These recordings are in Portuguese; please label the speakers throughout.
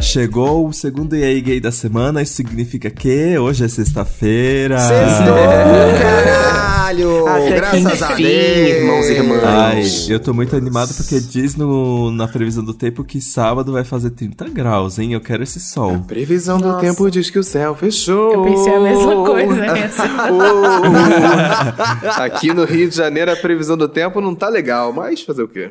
Speaker 1: Chegou o segundo EA Gay da semana, isso significa que hoje é sexta-feira.
Speaker 2: Sextou,
Speaker 3: Ah.
Speaker 2: caralho!
Speaker 4: Até que
Speaker 2: graças a
Speaker 4: enfim,
Speaker 2: Deus!
Speaker 4: irmãos e irmãs.
Speaker 1: Ai, eu tô muito animado porque diz no, na previsão do tempo que sábado vai fazer 30 graus, hein? Eu quero esse sol.
Speaker 2: Previsão do
Speaker 3: Nossa.
Speaker 2: tempo diz que o céu fechou.
Speaker 3: Eu pensei a mesma coisa nessa.
Speaker 2: Oh. Aqui no Rio de Janeiro a previsão do tempo não tá legal, mas fazer o quê?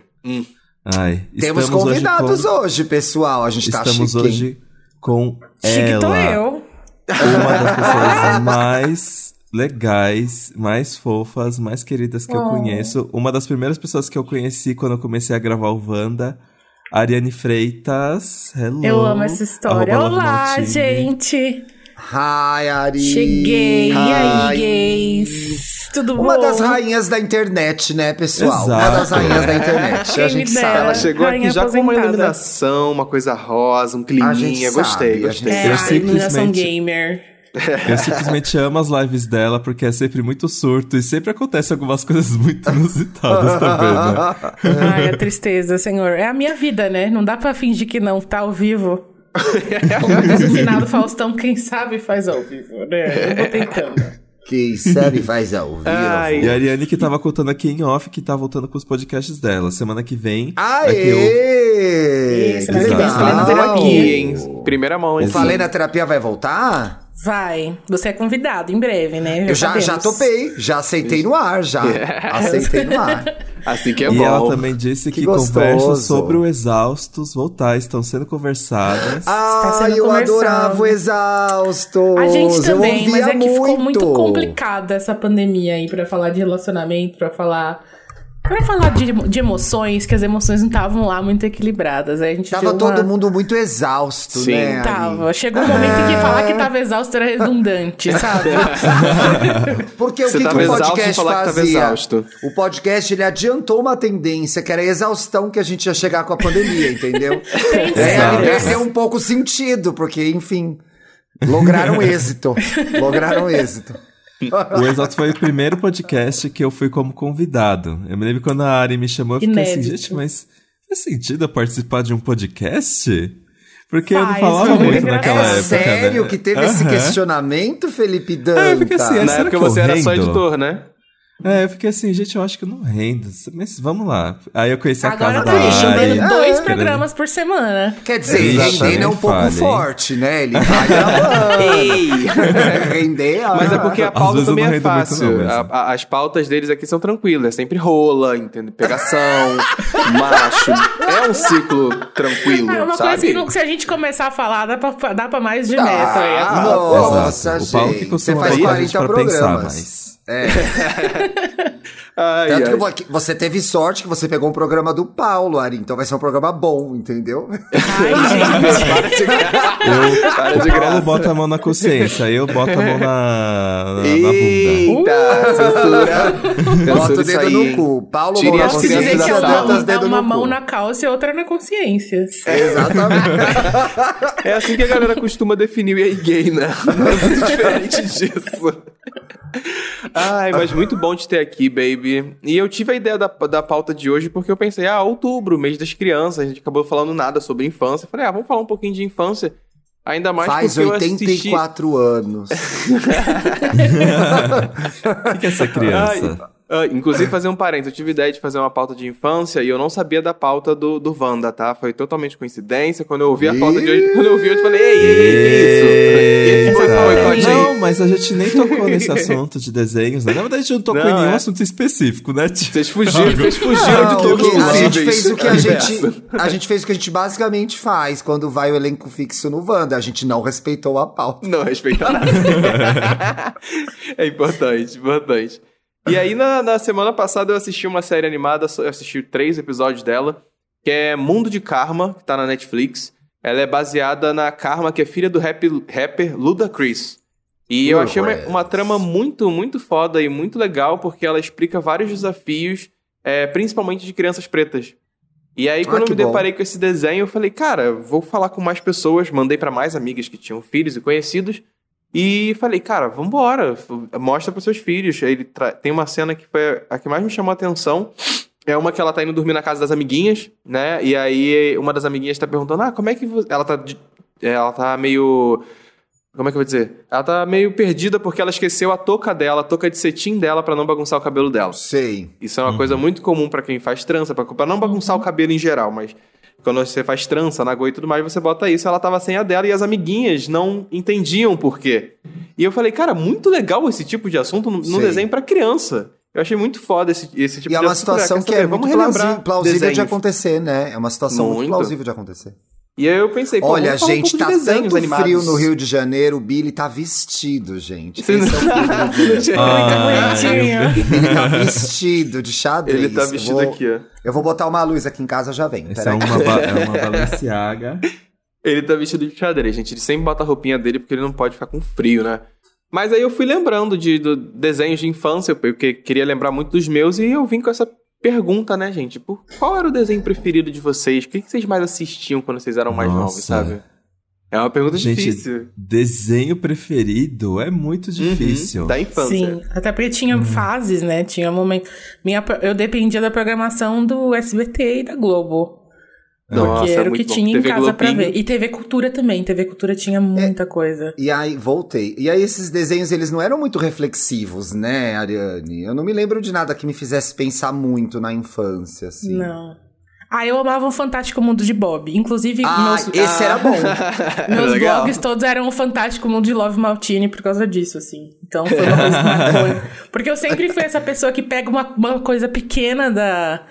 Speaker 1: Ai,
Speaker 4: Temos
Speaker 1: estamos
Speaker 4: convidados
Speaker 1: hoje.
Speaker 4: hoje, pessoal. A
Speaker 1: Com,
Speaker 4: gente tá
Speaker 1: estamos
Speaker 4: chique, hein?
Speaker 1: hoje com
Speaker 3: Chique tô
Speaker 1: ela,
Speaker 3: eu.
Speaker 1: uma das pessoas mais legais, mais fofas, mais queridas que eu
Speaker 3: Oh.
Speaker 1: conheço. Uma das primeiras pessoas que eu conheci quando eu comecei a gravar o Wanda, Ariane Freitas. Hello.
Speaker 3: Eu amo
Speaker 4: Uhum.
Speaker 3: essa história.
Speaker 1: Arroba Love
Speaker 3: Olá,
Speaker 1: Maltini.
Speaker 3: gente.
Speaker 4: Hi, Ari.
Speaker 3: Cheguei. E
Speaker 4: Hi.
Speaker 3: aí, gays? Tudo bom?
Speaker 4: Uma das rainhas da internet, né, pessoal? Uma
Speaker 1: Exato.
Speaker 4: das rainhas da internet.
Speaker 3: Quem
Speaker 4: a gente
Speaker 3: me dera.
Speaker 4: sabe.
Speaker 2: Ela chegou
Speaker 3: rainha
Speaker 2: aqui já com uma
Speaker 3: aposentada.
Speaker 2: iluminação, uma coisa rosa,
Speaker 4: A
Speaker 2: um
Speaker 4: gente
Speaker 2: climinha.
Speaker 4: sabe,
Speaker 2: Gostei,
Speaker 4: a
Speaker 2: gostei.
Speaker 4: gente
Speaker 3: É,
Speaker 1: Eu
Speaker 3: a iluminação
Speaker 1: simplesmente-
Speaker 3: gamer.
Speaker 1: Eu simplesmente amo as lives dela porque é sempre muito surto e sempre acontece algumas coisas muito inusitadas também, né?
Speaker 3: Ai, a tristeza, senhor. É a minha vida, né? Não dá pra fingir que não. Tá ao vivo. Como diz o finado Faustão, quem sabe faz ao vivo, né? Eu vou tentando.
Speaker 4: Quem sabe faz ao vivo.
Speaker 2: Ai.
Speaker 1: E a Ariane que tava contando aqui em off que tá voltando com os podcasts dela. Semana que vem. vai ter
Speaker 4: Aê!
Speaker 3: Isso,
Speaker 4: Que
Speaker 3: mas
Speaker 1: que
Speaker 4: legal.
Speaker 1: vem
Speaker 2: Plena
Speaker 3: Exato.
Speaker 2: mão aqui, hein? Primeira mão, hein?
Speaker 4: Eu Falei na terapia vai voltar?
Speaker 3: Vai. Você é convidado em breve, né?
Speaker 4: Eu já, já
Speaker 3: sabemos.
Speaker 4: topei, já aceitei no ar, já.
Speaker 2: É.
Speaker 4: Aceitei no ar.
Speaker 2: Assim que é
Speaker 1: o- E
Speaker 2: bom.
Speaker 1: ela também disse
Speaker 4: Que
Speaker 1: que, conversas
Speaker 4: gostoso.
Speaker 1: sobre o Exaustos voltar estão sendo conversadas.
Speaker 4: Ah,
Speaker 3: tá sendo
Speaker 4: eu
Speaker 3: conversado.
Speaker 4: adorava o Exaustos.
Speaker 3: A gente também,
Speaker 4: eu
Speaker 3: mas
Speaker 4: ouvia
Speaker 3: é que
Speaker 4: muito.
Speaker 3: ficou muito complicada essa pandemia aí pra falar de relacionamento, pra falar. Pra falar de, de emoções, que as emoções não estavam lá muito equilibradas. Aí a gente
Speaker 4: Tava
Speaker 3: deu uma-
Speaker 4: todo mundo muito exausto,
Speaker 2: Sim.
Speaker 4: né? Ari?
Speaker 3: Tava. Chegou um momento em que falar que
Speaker 4: É.
Speaker 3: tava exausto era redundante, sabe?
Speaker 4: Porque o
Speaker 2: Você
Speaker 4: que, que
Speaker 2: tava
Speaker 4: o
Speaker 2: exausto
Speaker 4: podcast
Speaker 2: de falar que tava
Speaker 4: fazia?
Speaker 2: exausto.
Speaker 4: O podcast ele adiantou uma tendência, que era a exaustão que a gente ia chegar com a pandemia, entendeu?
Speaker 3: Entendi.
Speaker 4: é, ele
Speaker 1: Exato.
Speaker 4: perdeu um pouco o sentido, porque, enfim, lograram êxito. lograram êxito.
Speaker 1: O Exaustos foi o primeiro podcast que eu fui como convidado. Eu me lembro quando a Ari me chamou, eu fiquei assim,
Speaker 3: Inédito.
Speaker 1: gente, mas faz sentido eu participar de um podcast? Porque eu não
Speaker 3: Faz,
Speaker 1: falava
Speaker 3: foi muito
Speaker 1: muito naquela época.
Speaker 3: engraçado.
Speaker 4: é sério
Speaker 1: né?
Speaker 4: que teve esse
Speaker 1: Aham.
Speaker 4: questionamento, Felipe
Speaker 1: É, eu
Speaker 4: Danta? Né?
Speaker 1: fiquei assim,
Speaker 2: Na
Speaker 1: Será
Speaker 2: época
Speaker 1: que eu
Speaker 2: você era só
Speaker 1: rendo?
Speaker 2: editor, né?
Speaker 1: É, eu fiquei assim, gente, eu acho que eu não rendo. Mas vamos lá. Aí eu
Speaker 4: É
Speaker 1: conheci a
Speaker 3: Agora
Speaker 1: casa
Speaker 3: tá
Speaker 1: da
Speaker 3: me
Speaker 1: Ari.
Speaker 3: chamando dois
Speaker 4: Ah,
Speaker 1: querendo-
Speaker 3: programas por semana.
Speaker 4: Quer dizer,
Speaker 1: Exatamente,
Speaker 4: render é um pouco
Speaker 1: falha, hein?
Speaker 4: forte, né? Ele vai gravando. render. ah.
Speaker 2: Mas é porque a pauta
Speaker 1: vezes eu
Speaker 2: também
Speaker 1: não
Speaker 2: é
Speaker 1: rendo muito
Speaker 2: fácil.
Speaker 1: não, mas-
Speaker 2: A- a- as pautas deles aqui são tranquilas. É sempre rola, entende? Pegação, macho. É um ciclo tranquilo,
Speaker 3: É uma
Speaker 2: sabe?
Speaker 3: coisa que não- se a gente começar a falar, dá pra, dá pra mais de
Speaker 4: Ah,
Speaker 3: metro. aí. assim.
Speaker 4: Nossa,
Speaker 1: é assim. Exato. O Paulo que
Speaker 4: gente,
Speaker 1: costuma
Speaker 4: você faz
Speaker 1: botar a gente
Speaker 4: 40
Speaker 1: pra pensar
Speaker 4: programas.
Speaker 1: mais.
Speaker 2: Ai,
Speaker 4: Tanto que
Speaker 2: ai.
Speaker 4: vo- que você teve sorte que você pegou um programa do Paulo, Ari. Então vai ser um programa bom, entendeu?
Speaker 3: Ai, gente.
Speaker 2: Para de
Speaker 1: O Paulo
Speaker 2: graça.
Speaker 1: bota a mão na consciência, eu boto a mão na, na, na bunda.
Speaker 2: Eita, censura.
Speaker 4: Bota o
Speaker 2: Censura isso
Speaker 4: dedo
Speaker 2: aí,
Speaker 4: no
Speaker 2: hein?
Speaker 4: cu. Paulo
Speaker 2: Tirem
Speaker 4: Moura
Speaker 2: as
Speaker 3: Posso
Speaker 4: Gonçalves,
Speaker 2: crianças
Speaker 3: dizer que é
Speaker 2: da
Speaker 4: até
Speaker 2: sala.
Speaker 3: uma,
Speaker 4: os
Speaker 3: é
Speaker 4: dedos
Speaker 3: uma
Speaker 4: no
Speaker 3: mão
Speaker 4: cu.
Speaker 3: na calça e outra na consciência.
Speaker 4: Exatamente.
Speaker 2: É assim que a galera costuma definir o EA gay, né? Não é muito diferente disso. Ai, mas muito bom te ter aqui, baby. E eu tive a ideia da, da pauta de hoje porque eu pensei, ah, outubro, mês das crianças, a gente acabou falando nada sobre infância. Eu Falei, ah, vamos falar um pouquinho de infância. Ainda mais
Speaker 4: Faz
Speaker 2: porque
Speaker 4: 84 anos.
Speaker 1: O que, que é essa
Speaker 2: eu
Speaker 1: criança?
Speaker 2: assisti... Ai, ah, inclusive, fazer um parênteses, eu tive ideia de fazer uma pauta de infância e eu não sabia da pauta do, do Wanda, tá? Foi totalmente coincidência. Quando eu ouvi a pauta de hoje, quando eu ouvi, eu falei, ei, ei, isso! Foi
Speaker 1: Eita.
Speaker 2: boicote aí.
Speaker 1: Não, mas a gente nem tocou nesse assunto de desenhos, né? Na verdade, a gente não tocou
Speaker 2: Não,
Speaker 1: em nenhum
Speaker 2: é.
Speaker 1: assunto específico, né? Tipo,
Speaker 2: Vocês fugiram, vocês fugiram
Speaker 4: Não,
Speaker 2: de todos
Speaker 4: o que-
Speaker 2: os
Speaker 4: Ah, a gente
Speaker 2: possíveis.
Speaker 4: fez o que a
Speaker 2: É.
Speaker 4: gente, a gente fez o que a gente basicamente faz quando vai o elenco fixo no Wanda. A gente não respeitou a pauta.
Speaker 2: Não respeita nada. é importante, importante. E aí, na, na semana passada, eu assisti uma série animada, só- eu assisti três episódios dela, que é Mundo de Karma, que tá na Netflix. Ela é baseada na Karma, que é filha do rap, rapper Ludacris. E eu achei uma, uma trama muito, muito foda e muito legal, porque ela explica vários desafios, é, principalmente de crianças pretas. E aí,
Speaker 4: Ah,
Speaker 2: quando eu
Speaker 4: que
Speaker 2: me
Speaker 4: bom.
Speaker 2: deparei com esse desenho, eu falei, cara, vou falar com mais pessoas, mandei pra mais amigas que tinham filhos e conhecidos, e falei, cara, vambora, f- mostra pros seus filhos. Aí Ele tra- Tem uma cena que foi a que mais me chamou a atenção. É uma que ela tá indo dormir na casa das amiguinhas, né? E aí uma das amiguinhas tá perguntando, ah, como é que você... Ela tá de- é, ela tá meio. Como é que eu vou dizer? Ela tá meio perdida porque ela esqueceu a touca dela, a touca de cetim dela pra não bagunçar o cabelo dela.
Speaker 4: Sei.
Speaker 2: Isso é uma
Speaker 4: Uhum.
Speaker 2: coisa muito comum pra quem faz trança, pra, pra não bagunçar o cabelo em geral, mas quando você faz trança, nagô e tudo mais, você bota isso. Ela tava sem a dela e as amiguinhas não entendiam por quê. E eu falei, cara, muito legal esse tipo de assunto no, no
Speaker 4: Sei.
Speaker 2: desenho pra criança. Eu achei muito foda esse, esse tipo
Speaker 4: e
Speaker 2: de
Speaker 4: é uma
Speaker 2: assunto. Eu falei,
Speaker 4: situação
Speaker 2: "Ah, quer
Speaker 4: que é
Speaker 2: saber?
Speaker 4: muito
Speaker 2: Vamos
Speaker 4: plausível,
Speaker 2: relembrar
Speaker 4: plausível de
Speaker 2: desenhos."
Speaker 4: acontecer, né? É uma situação muito,
Speaker 2: Muito.
Speaker 4: plausível de acontecer.
Speaker 2: E aí eu pensei, pô,
Speaker 4: Olha,
Speaker 2: vamos falar um
Speaker 4: gente,
Speaker 2: pouco
Speaker 4: tá
Speaker 2: de desenhos
Speaker 4: tanto
Speaker 2: animados.
Speaker 4: frio no Rio de Janeiro, o Billy tá vestido, gente.
Speaker 2: Você não-
Speaker 4: Esse é o frio do Billy.
Speaker 1: Ah,
Speaker 3: Bonitinho.
Speaker 4: Ele tá vestido de xadrez.
Speaker 2: Ele tá
Speaker 4: Eu
Speaker 2: vestido
Speaker 4: vou-
Speaker 2: aqui, ó.
Speaker 4: Eu vou botar uma luz aqui em casa, já vem.
Speaker 1: Essa é
Speaker 4: Peraí.
Speaker 1: uma, ba- é uma Balenciaga.
Speaker 2: Ele tá vestido de xadrez, gente. Ele sempre bota a roupinha dele porque ele não pode ficar com frio, né? Mas aí eu fui lembrando de do- desenhos de infância, porque queria lembrar muito dos meus, e eu vim com essa pergunta, né, gente? Por- qual era o desenho preferido de vocês? O que, que vocês mais assistiam quando vocês eram mais novos,
Speaker 1: Nossa.
Speaker 2: sabe? É uma pergunta
Speaker 1: Gente,
Speaker 2: difícil.
Speaker 1: Desenho preferido é muito difícil.
Speaker 2: Uhum, da infância.
Speaker 3: Sim, até porque tinha fases, né? Tinha momento. Minha, pro- eu dependia da programação do SBT e da Globo.
Speaker 2: Nossa, é
Speaker 3: que era o
Speaker 2: muito
Speaker 3: que
Speaker 2: bom.
Speaker 3: tinha em
Speaker 2: TV
Speaker 3: casa pra
Speaker 2: Globinho. É.
Speaker 3: ver. E TV Cultura também. TV Cultura tinha muita coisa.
Speaker 4: E aí, voltei. E aí, esses desenhos, eles não eram muito reflexivos, né, Ariane? Eu não me lembro de nada que me fizesse pensar muito na infância, assim.
Speaker 3: Não. Ah, eu amava o Fantástico Mundo de Bob. Inclusive,
Speaker 4: Ah,
Speaker 3: meus,
Speaker 4: esse era bom.
Speaker 3: meus
Speaker 2: legal.
Speaker 3: blogs todos eram o Fantástico Mundo de Love Maltini por causa disso, assim. Então foi uma coisa que marcou. Porque eu sempre fui essa pessoa que pega uma, uma coisa pequena da,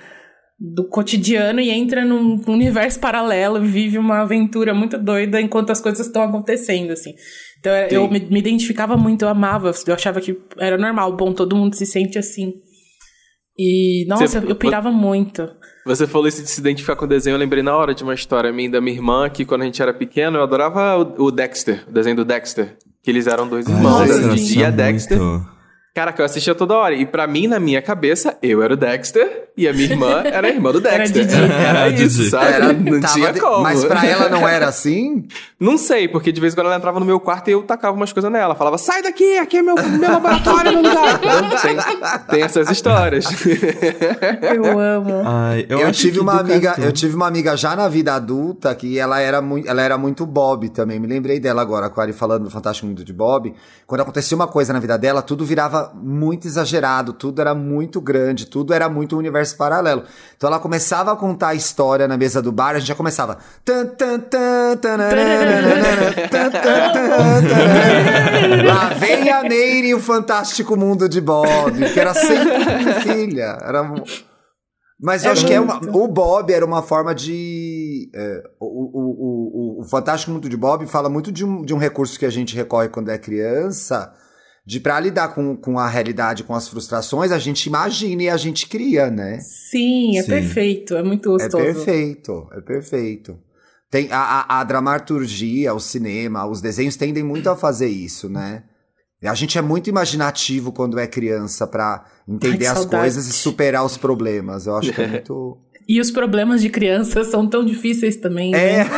Speaker 3: do cotidiano e entra num universo paralelo, vive uma aventura muito doida enquanto as coisas estão acontecendo, assim. Então era- eu
Speaker 2: Sim.
Speaker 3: me, me identificava muito, eu amava, eu achava que era normal, bom, todo mundo se sente assim. E, nossa,
Speaker 2: Você-
Speaker 3: eu, eu pirava muito.
Speaker 2: Você falou isso de se identificar com o desenho, eu lembrei na hora de uma história minha e da minha irmã, que quando a gente era pequeno, eu adorava o, o Dexter, o desenho do Dexter. Que eles eram dois
Speaker 1: Ai,
Speaker 2: irmãos,
Speaker 1: Dexter,
Speaker 3: eu
Speaker 2: a
Speaker 1: assistia
Speaker 2: Didi e a Dexter.
Speaker 1: muito.
Speaker 2: Caraca, eu assistia toda hora. E pra mim, na minha cabeça, eu era o Dexter e a minha irmã era a irmã do
Speaker 3: Era
Speaker 2: Dexter.
Speaker 3: Didi.
Speaker 1: Era
Speaker 2: isso,
Speaker 1: Didi.
Speaker 2: sabe?
Speaker 4: Era-
Speaker 2: não
Speaker 4: tava
Speaker 2: tinha
Speaker 4: de-
Speaker 2: como.
Speaker 4: Mas pra ela não era assim?
Speaker 2: Não sei, porque de vez em quando ela entrava no meu quarto e eu tacava umas coisas nela. Falava, sai daqui, aqui é meu, meu laboratório, meu lugar. Então, tem, tem essas histórias.
Speaker 3: Eu amo.
Speaker 1: Ai, eu
Speaker 4: Eu,
Speaker 1: acho
Speaker 4: tive
Speaker 1: que
Speaker 4: uma
Speaker 1: do
Speaker 4: amiga,
Speaker 1: Cartoon-
Speaker 4: eu tive uma amiga já na vida adulta que ela era muito, ela era muito Bob também. Me lembrei dela agora, com a Ari falando do Fantástico Mundo de Bob. Quando acontecia uma coisa na vida dela, tudo virava muito exagerado, tudo era muito grande, tudo era muito um universo paralelo. Então ela começava a contar a história na mesa do bar, a gente já começava tan, tan, tan, tananana, tan, tan, tan, tananana. Lá vem a Neire e o Fantástico Mundo de Bob, que era sempre minha filha, era um- mas eu
Speaker 3: É
Speaker 4: acho que é uma-
Speaker 3: muito.
Speaker 4: o Bob era uma forma de. é, o, o, o, o- o Fantástico Mundo de Bob fala muito de um, de um recurso que a gente recorre quando é criança, de pra lidar com, com a realidade, com as frustrações, a gente imagina e a gente cria, né?
Speaker 3: Sim, é
Speaker 1: Sim.
Speaker 3: perfeito, é muito gostoso.
Speaker 4: É perfeito, é perfeito. Tem a, a- a dramaturgia, o cinema, os desenhos tendem muito a fazer isso, né? E A gente é muito imaginativo quando é criança pra entender
Speaker 3: que
Speaker 4: as
Speaker 3: saudade.
Speaker 4: coisas e superar os problemas. Eu acho que é muito.
Speaker 3: E os problemas de crianças são tão difíceis também.
Speaker 4: É.
Speaker 3: Né?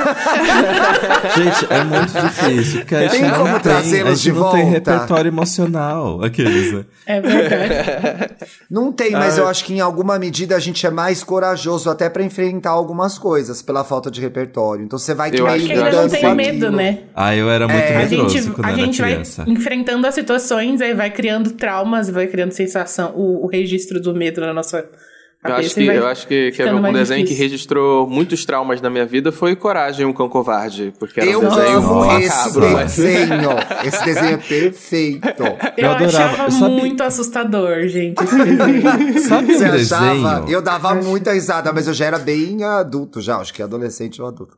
Speaker 1: Gente, é muito difícil. Porque a
Speaker 4: Tem
Speaker 1: gente não
Speaker 4: como
Speaker 1: tem-
Speaker 4: trazê-los
Speaker 1: a gente
Speaker 4: de
Speaker 1: não tem
Speaker 4: volta?
Speaker 1: repertório emocional. Aqueles, né?
Speaker 3: É verdade.
Speaker 4: Não tem, mas
Speaker 2: Ah,
Speaker 4: eu acho que em alguma medida a gente é mais corajoso até pra enfrentar algumas coisas pela falta de repertório. Então você vai
Speaker 2: Eu
Speaker 4: meio
Speaker 2: acho
Speaker 3: Porque
Speaker 2: que
Speaker 3: ainda
Speaker 4: lidando
Speaker 3: não
Speaker 2: Cuidado
Speaker 3: tem
Speaker 4: com
Speaker 3: medo,
Speaker 4: aquilo.
Speaker 3: né?
Speaker 1: Ah, eu era muito
Speaker 4: É.
Speaker 3: A
Speaker 1: assim, medroso
Speaker 3: gente,
Speaker 1: quando
Speaker 3: a
Speaker 1: era
Speaker 3: gente vai
Speaker 1: criança.
Speaker 3: enfrentando as situações, aí vai criando traumas, vai criando sensação, o, o registro do medo na nossa
Speaker 2: Eu
Speaker 3: cabeça.
Speaker 2: acho que,
Speaker 3: e vai-
Speaker 2: eu acho que, que é
Speaker 3: ficando
Speaker 2: um
Speaker 3: mais
Speaker 2: desenho que
Speaker 3: difícil.
Speaker 2: registrou muitos traumas na minha vida foi Coragem, um cão covarde. Porque era
Speaker 4: Eu
Speaker 2: um desenho
Speaker 4: amo
Speaker 1: Nossa.
Speaker 4: esse
Speaker 2: macabro, mas...
Speaker 4: desenho. Esse desenho é perfeito.
Speaker 3: Eu
Speaker 1: Eu adorava,
Speaker 3: achava
Speaker 1: eu sabia-
Speaker 3: muito assustador, gente. esse desenho.
Speaker 1: Sabe um
Speaker 4: Você
Speaker 1: desenho?
Speaker 4: achava? Eu dava muita risada, mas eu já era bem adulto já. Acho que adolescente ou adulto.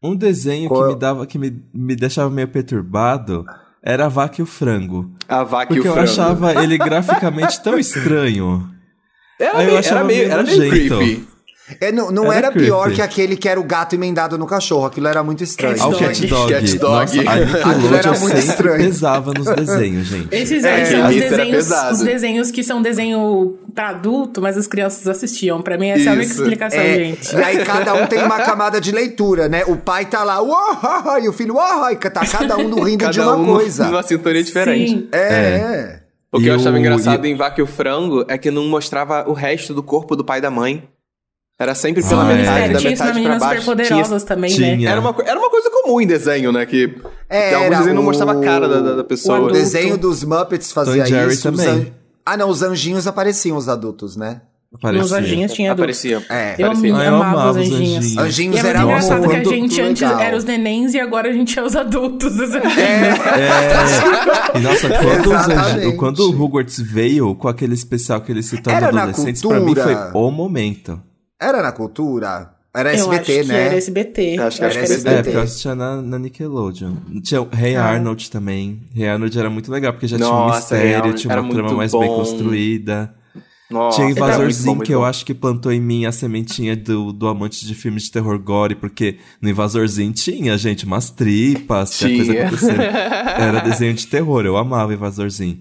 Speaker 1: Um desenho
Speaker 4: Qual-
Speaker 1: que me dava, que me, me deixava meio perturbado era a vaca e o frango.
Speaker 2: A vaca
Speaker 1: Porque
Speaker 2: e o
Speaker 1: eu
Speaker 2: frango.
Speaker 1: achava ele graficamente tão estranho.
Speaker 2: Era
Speaker 1: Aí eu
Speaker 2: meio, era
Speaker 1: achava
Speaker 2: meio,
Speaker 1: meio
Speaker 2: era meio
Speaker 1: nojento.
Speaker 2: creepy.
Speaker 4: É, não não era,
Speaker 1: Era
Speaker 4: pior
Speaker 1: creepy.
Speaker 4: que aquele que era o gato emendado no cachorro. Aquilo era muito estranho.
Speaker 1: Ah, o
Speaker 3: Dog.
Speaker 1: cat dog.
Speaker 2: Cat dog.
Speaker 1: Nossa, a
Speaker 4: Aquilo era
Speaker 1: Nickelodeon
Speaker 4: muito
Speaker 1: sempre
Speaker 4: estranho.
Speaker 1: pesava nos desenhos, gente.
Speaker 3: Esses
Speaker 2: É,
Speaker 3: aí são os
Speaker 2: aquele era
Speaker 3: desenhos,
Speaker 2: pesado.
Speaker 3: os desenhos que são desenho pra adulto, mas as crianças assistiam. Pra mim, essa é a única
Speaker 2: Isso.
Speaker 3: explicação,
Speaker 4: É, E
Speaker 3: gente.
Speaker 4: aí cada um tem uma camada de leitura, né? O pai tá lá, uó, ha, ha", e o filho, uó, ha, e tá cada um no rindo de
Speaker 2: Cada
Speaker 4: uma
Speaker 2: um
Speaker 4: coisa.
Speaker 2: numa sintonia diferente.
Speaker 3: Sim.
Speaker 4: É,
Speaker 1: É.
Speaker 4: é.
Speaker 2: O que
Speaker 1: E
Speaker 2: eu achava
Speaker 1: o-
Speaker 2: engraçado em Vaca e o Frango é que não mostrava o resto do corpo do pai e da mãe. Era sempre pela
Speaker 1: Ah,
Speaker 2: metade,
Speaker 1: é.
Speaker 2: da
Speaker 3: Tinha isso
Speaker 2: metade
Speaker 3: na
Speaker 2: pra
Speaker 3: Meninas
Speaker 2: baixo. Tinha-
Speaker 3: Superpoderosas também, né?
Speaker 1: Tinha.
Speaker 2: Era uma, co- era uma coisa comum em desenho, né? Que,
Speaker 4: É,
Speaker 2: que algum
Speaker 4: era
Speaker 2: desenho não mostrava a
Speaker 4: o-
Speaker 2: cara da, da- da pessoa.
Speaker 3: o
Speaker 4: O
Speaker 3: adulto.
Speaker 4: desenho dos Muppets fazia
Speaker 1: Tom e Jerry
Speaker 4: isso. os
Speaker 1: também.
Speaker 4: an- Ah, não, os anjinhos apareciam, os adultos, né?
Speaker 3: Nos anjinhos tinha adulto.
Speaker 2: Aparecia.
Speaker 4: É.
Speaker 3: Eu
Speaker 2: Parecia.
Speaker 3: amava,
Speaker 1: Ah, eu amava
Speaker 3: os
Speaker 1: os
Speaker 3: anjinhos.
Speaker 1: anjinhos.
Speaker 4: Anjinhos
Speaker 3: E é muito
Speaker 4: era
Speaker 3: engraçado
Speaker 4: um
Speaker 3: que a
Speaker 4: produto
Speaker 3: gente antes
Speaker 4: legal. É,
Speaker 3: era os nenéns e agora a gente é os adultos dos anjinhos.
Speaker 1: É. E nossa, quando, os
Speaker 4: Exatamente.
Speaker 1: anjos, quando o Hogwarts veio com aquele especial que eles citaram
Speaker 4: Era na
Speaker 1: adolescentes, pra mim foi
Speaker 4: cultura.
Speaker 1: o momento.
Speaker 4: Era na cultura? Era
Speaker 3: Eu
Speaker 4: SBT,
Speaker 3: acho
Speaker 4: né?
Speaker 3: que era SBT.
Speaker 2: Acho que
Speaker 3: Eu
Speaker 2: era
Speaker 1: É,
Speaker 4: SBT.
Speaker 1: porque eu assistia na, na Nickelodeon. Tinha o Hey
Speaker 3: Ah.
Speaker 1: Arnold também. Hey Arnold era muito legal, porque já tinha um
Speaker 2: Nossa, Hey
Speaker 1: mistério,
Speaker 2: Arnold
Speaker 1: tinha
Speaker 2: era
Speaker 1: uma trama
Speaker 2: muito
Speaker 1: mais bem
Speaker 2: bom.
Speaker 1: construída.
Speaker 2: Nossa,
Speaker 1: tinha
Speaker 2: era é muito bom,
Speaker 1: Invasorzinho,
Speaker 2: muito
Speaker 1: que eu
Speaker 2: bom.
Speaker 1: acho que plantou em mim a sementinha do, do amante de filmes de terror gore, porque no Invasorzinho tinha, gente, umas tripas, tinha, coisa
Speaker 2: Tinha.
Speaker 1: acontecendo. era desenho de terror, eu amava Invasorzinho.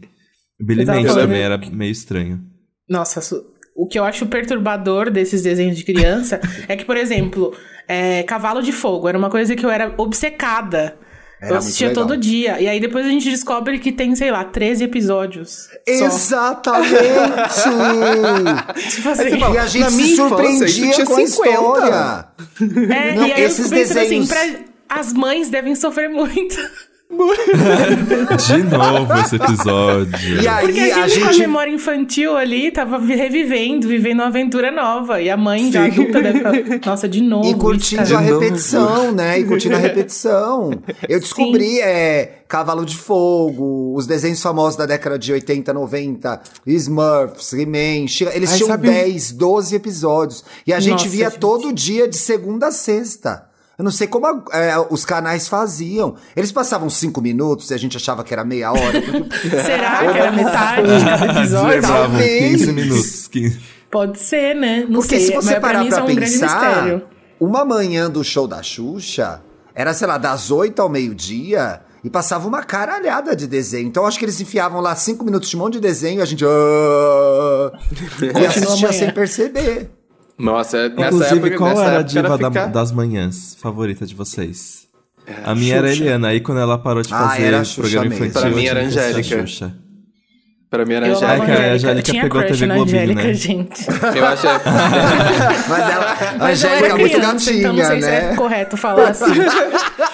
Speaker 1: Billy
Speaker 3: Exato.
Speaker 1: Mandy
Speaker 2: Eu
Speaker 1: também era meio estranho.
Speaker 3: Nossa, su- o que eu acho perturbador desses desenhos de criança é que, por exemplo, é, Cavalo de Fogo era uma coisa que eu era obcecada.
Speaker 4: Era
Speaker 3: eu
Speaker 4: muito
Speaker 3: assistia
Speaker 4: legal.
Speaker 3: todo dia. E aí depois a gente descobre que tem, sei lá, 13 episódios. Só.
Speaker 4: Exatamente!
Speaker 3: Tipo assim,
Speaker 2: Aí você fala,
Speaker 4: e a gente
Speaker 2: Na
Speaker 4: se
Speaker 2: minha infância,
Speaker 4: surpreendia
Speaker 2: isso tinha
Speaker 4: com a
Speaker 2: 50.
Speaker 4: história.
Speaker 3: é,
Speaker 4: Não,
Speaker 3: e aí eu
Speaker 4: esses
Speaker 3: fico pensando
Speaker 4: desenhos-
Speaker 3: assim, pra- as mães devem sofrer muito.
Speaker 1: De novo esse episódio.
Speaker 4: E aí
Speaker 3: Porque a
Speaker 4: a
Speaker 3: gente, com a
Speaker 4: gente.
Speaker 3: memória infantil ali, tava vi- revivendo, vivendo uma aventura nova. E a mãe já adulta deve ficar, nossa, de novo.
Speaker 4: E
Speaker 3: isso,
Speaker 4: curtindo
Speaker 3: cara."
Speaker 4: a
Speaker 1: De novo.
Speaker 4: repetição, né? E curtindo a repetição. Eu descobri é, Cavalo de Fogo, os desenhos famosos da década de 80, 90, Smurfs, He-Man. She- Eles
Speaker 1: Ai,
Speaker 4: tinham
Speaker 1: sabe um-
Speaker 4: 10, 12 episódios. E a gente
Speaker 3: Nossa,
Speaker 4: via
Speaker 3: gente.
Speaker 4: todo dia de segunda a sexta. Eu não sei como a- é, os canais faziam. Eles passavam cinco minutos e a gente achava que era meia hora.
Speaker 3: Será que era metade de cada episódio?
Speaker 1: Lembravam
Speaker 4: talvez.
Speaker 1: 15 minutos. 15.
Speaker 3: Pode ser, né? Não
Speaker 4: Porque
Speaker 3: sei,
Speaker 4: se você
Speaker 3: mas pra
Speaker 4: parar
Speaker 3: mim
Speaker 4: pra,
Speaker 3: isso é um grande
Speaker 4: pensar,
Speaker 3: mistério.
Speaker 4: uma manhã do show da Xuxa era, sei lá, das 8 ao meio-dia e passava uma caralhada de desenho. Então acho que eles enfiavam lá cinco minutos de um monte de desenho e a gente. "Ah", e
Speaker 3: Continua
Speaker 4: assistia
Speaker 3: amanhã.
Speaker 4: sem perceber.
Speaker 2: Nossa, é- nessa
Speaker 1: Inclusive,
Speaker 2: época,
Speaker 1: qual
Speaker 2: nessa
Speaker 1: era a
Speaker 2: época
Speaker 1: diva da-
Speaker 2: ficar- É,
Speaker 1: das manhãs favorita de vocês? a minha era a
Speaker 2: Xuxa.
Speaker 1: Eliana, aí quando ela parou de
Speaker 4: Ah,
Speaker 1: fazer
Speaker 4: era a Xuxa
Speaker 1: programa
Speaker 4: mesmo.
Speaker 1: infantil.
Speaker 2: Pra mim
Speaker 1: eu
Speaker 2: era
Speaker 1: tive que assistir
Speaker 2: Angélica.
Speaker 1: a Xuxa.
Speaker 2: Pra mim era
Speaker 1: Ai,
Speaker 3: Eu amo
Speaker 1: cara, a
Speaker 2: Angélica.
Speaker 3: a Angélica. Eu
Speaker 1: Angélica
Speaker 3: tinha
Speaker 1: pegou a
Speaker 3: crush
Speaker 1: TV
Speaker 3: na
Speaker 1: Globinho,
Speaker 3: Angélica,
Speaker 1: né?
Speaker 3: gente.
Speaker 2: Eu acho. é.
Speaker 4: Mas ela, a
Speaker 3: Mas eu
Speaker 4: Angélica
Speaker 3: era
Speaker 4: é muito
Speaker 3: criança,
Speaker 4: gatinha,
Speaker 3: então não sei se
Speaker 4: né?
Speaker 3: é correto falar assim.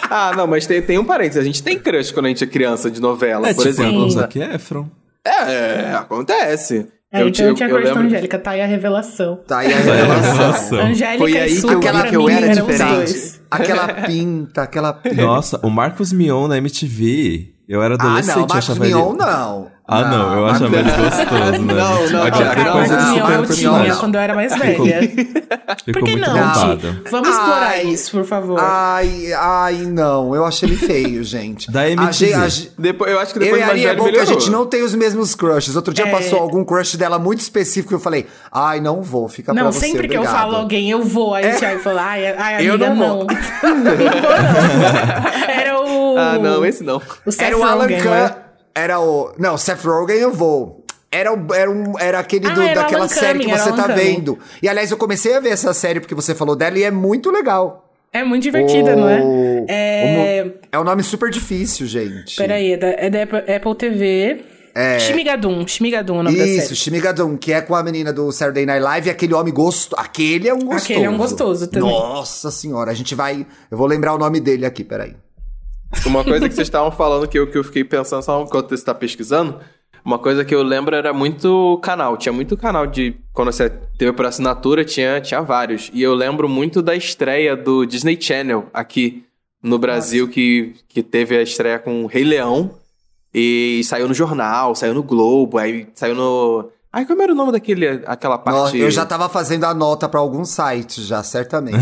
Speaker 2: ah, não, mas tem, tem um parênteses. A gente tem crush quando a gente é criança de novela,
Speaker 1: É
Speaker 2: por
Speaker 1: tipo
Speaker 2: exemplo.
Speaker 1: alguns
Speaker 3: Sim.
Speaker 1: aqui, Efron.
Speaker 2: É, é, acontece.
Speaker 3: É, então eu tinha
Speaker 2: eu
Speaker 3: crush na
Speaker 2: lembro-
Speaker 3: Angélica, tá aí a revelação.
Speaker 4: Tá aí a revelação.
Speaker 1: Nossa.
Speaker 3: Angélica
Speaker 2: Foi aí que
Speaker 3: e
Speaker 2: eu
Speaker 3: Su,
Speaker 2: vi
Speaker 3: pra
Speaker 2: que eu
Speaker 3: mim,
Speaker 2: era
Speaker 3: eram os
Speaker 2: diferente.
Speaker 3: dois.
Speaker 4: Aquela pinta, aquela pinta.
Speaker 1: Nossa, o Marcos Mion na MTV. Eu era
Speaker 4: Ah,
Speaker 1: adolescente,
Speaker 4: não,
Speaker 1: eu
Speaker 4: Marcos
Speaker 1: achava
Speaker 4: Mion,
Speaker 1: ele...
Speaker 4: não.
Speaker 1: Ah, não, eu achava ele gostoso, né?
Speaker 2: Não,
Speaker 1: gente?
Speaker 2: não,
Speaker 1: Aquela coisa
Speaker 2: não,
Speaker 3: Marcos
Speaker 1: de
Speaker 4: não,
Speaker 3: Mion
Speaker 1: super
Speaker 4: personagem.
Speaker 3: eu tinha
Speaker 1: personagem.
Speaker 3: quando eu era mais velha. Por
Speaker 1: Ficou
Speaker 3: que
Speaker 1: muito
Speaker 3: não,
Speaker 1: bombado.
Speaker 3: Ti? Vamos explorar
Speaker 4: Ai. Ah,
Speaker 3: isso, por favor.
Speaker 4: Ai, ai, não. Eu achei ele feio, gente.
Speaker 1: Da
Speaker 4: A
Speaker 1: MTV.
Speaker 4: Ge- a Ge-
Speaker 2: Depois, eu acho que
Speaker 4: Eu
Speaker 2: depois
Speaker 4: e a Ari, é
Speaker 2: Evangelho
Speaker 4: bom que a
Speaker 2: melhorou.
Speaker 4: gente não tem os mesmos crushes. Outro dia
Speaker 3: É.
Speaker 4: passou algum crush dela muito específico que eu falei, ai, não vou, fica tá pra
Speaker 3: Não,
Speaker 4: você,
Speaker 3: sempre que eu
Speaker 4: obrigado." É.
Speaker 3: falo alguém, eu vou. Aí o Thiago falou, ai, ai amiga,
Speaker 4: Eu não vou.
Speaker 3: não. Não vou, não. Era o...
Speaker 2: Ah, não, esse não.
Speaker 3: O Seth
Speaker 4: Era o Alan
Speaker 3: Rogen, não
Speaker 4: Kahn,
Speaker 3: é?
Speaker 4: era o... Não, Seth Rogen eu vou. Era, o- era, um, era aquele
Speaker 3: Ah,
Speaker 4: do-
Speaker 3: era
Speaker 4: daquela
Speaker 3: Alan
Speaker 4: série que
Speaker 3: Cumming, era
Speaker 4: você
Speaker 3: Alan
Speaker 4: tá
Speaker 3: Cumming.
Speaker 4: vendo. E aliás, eu comecei a ver essa série porque você falou dela e é muito legal.
Speaker 3: É muito divertida,
Speaker 4: O-
Speaker 3: não é?
Speaker 4: o
Speaker 3: É...
Speaker 4: mo- é um nome super difícil, gente.
Speaker 3: Peraí, é da, é da Apple, Apple TV. É... Shmigadum, Shmigadum é o nome da
Speaker 4: Isso,
Speaker 3: série.
Speaker 4: Shimigadum, que é com a menina do Saturday Night Live, e aquele homem gostoso. Aquele é um gostoso.
Speaker 3: Aquele é um gostoso também.
Speaker 4: Nossa senhora, a gente vai. Eu vou lembrar o nome dele aqui, peraí.
Speaker 2: Uma coisa que vocês estavam falando que eu, que eu fiquei pensando só enquanto você está pesquisando. Uma coisa que eu lembro era muito canal. Tinha muito canal de. Quando você teve por assinatura, tinha, tinha vários. E eu lembro muito da estreia do Disney Channel aqui no Brasil, que, que teve a estreia com o Rei Leão. E saiu no jornal, saiu no Globo, aí saiu no. Ai, como era o nome daquele, aquela parte. um.
Speaker 4: Nossa, eu já tava fazendo a nota pra algum site, já, certamente.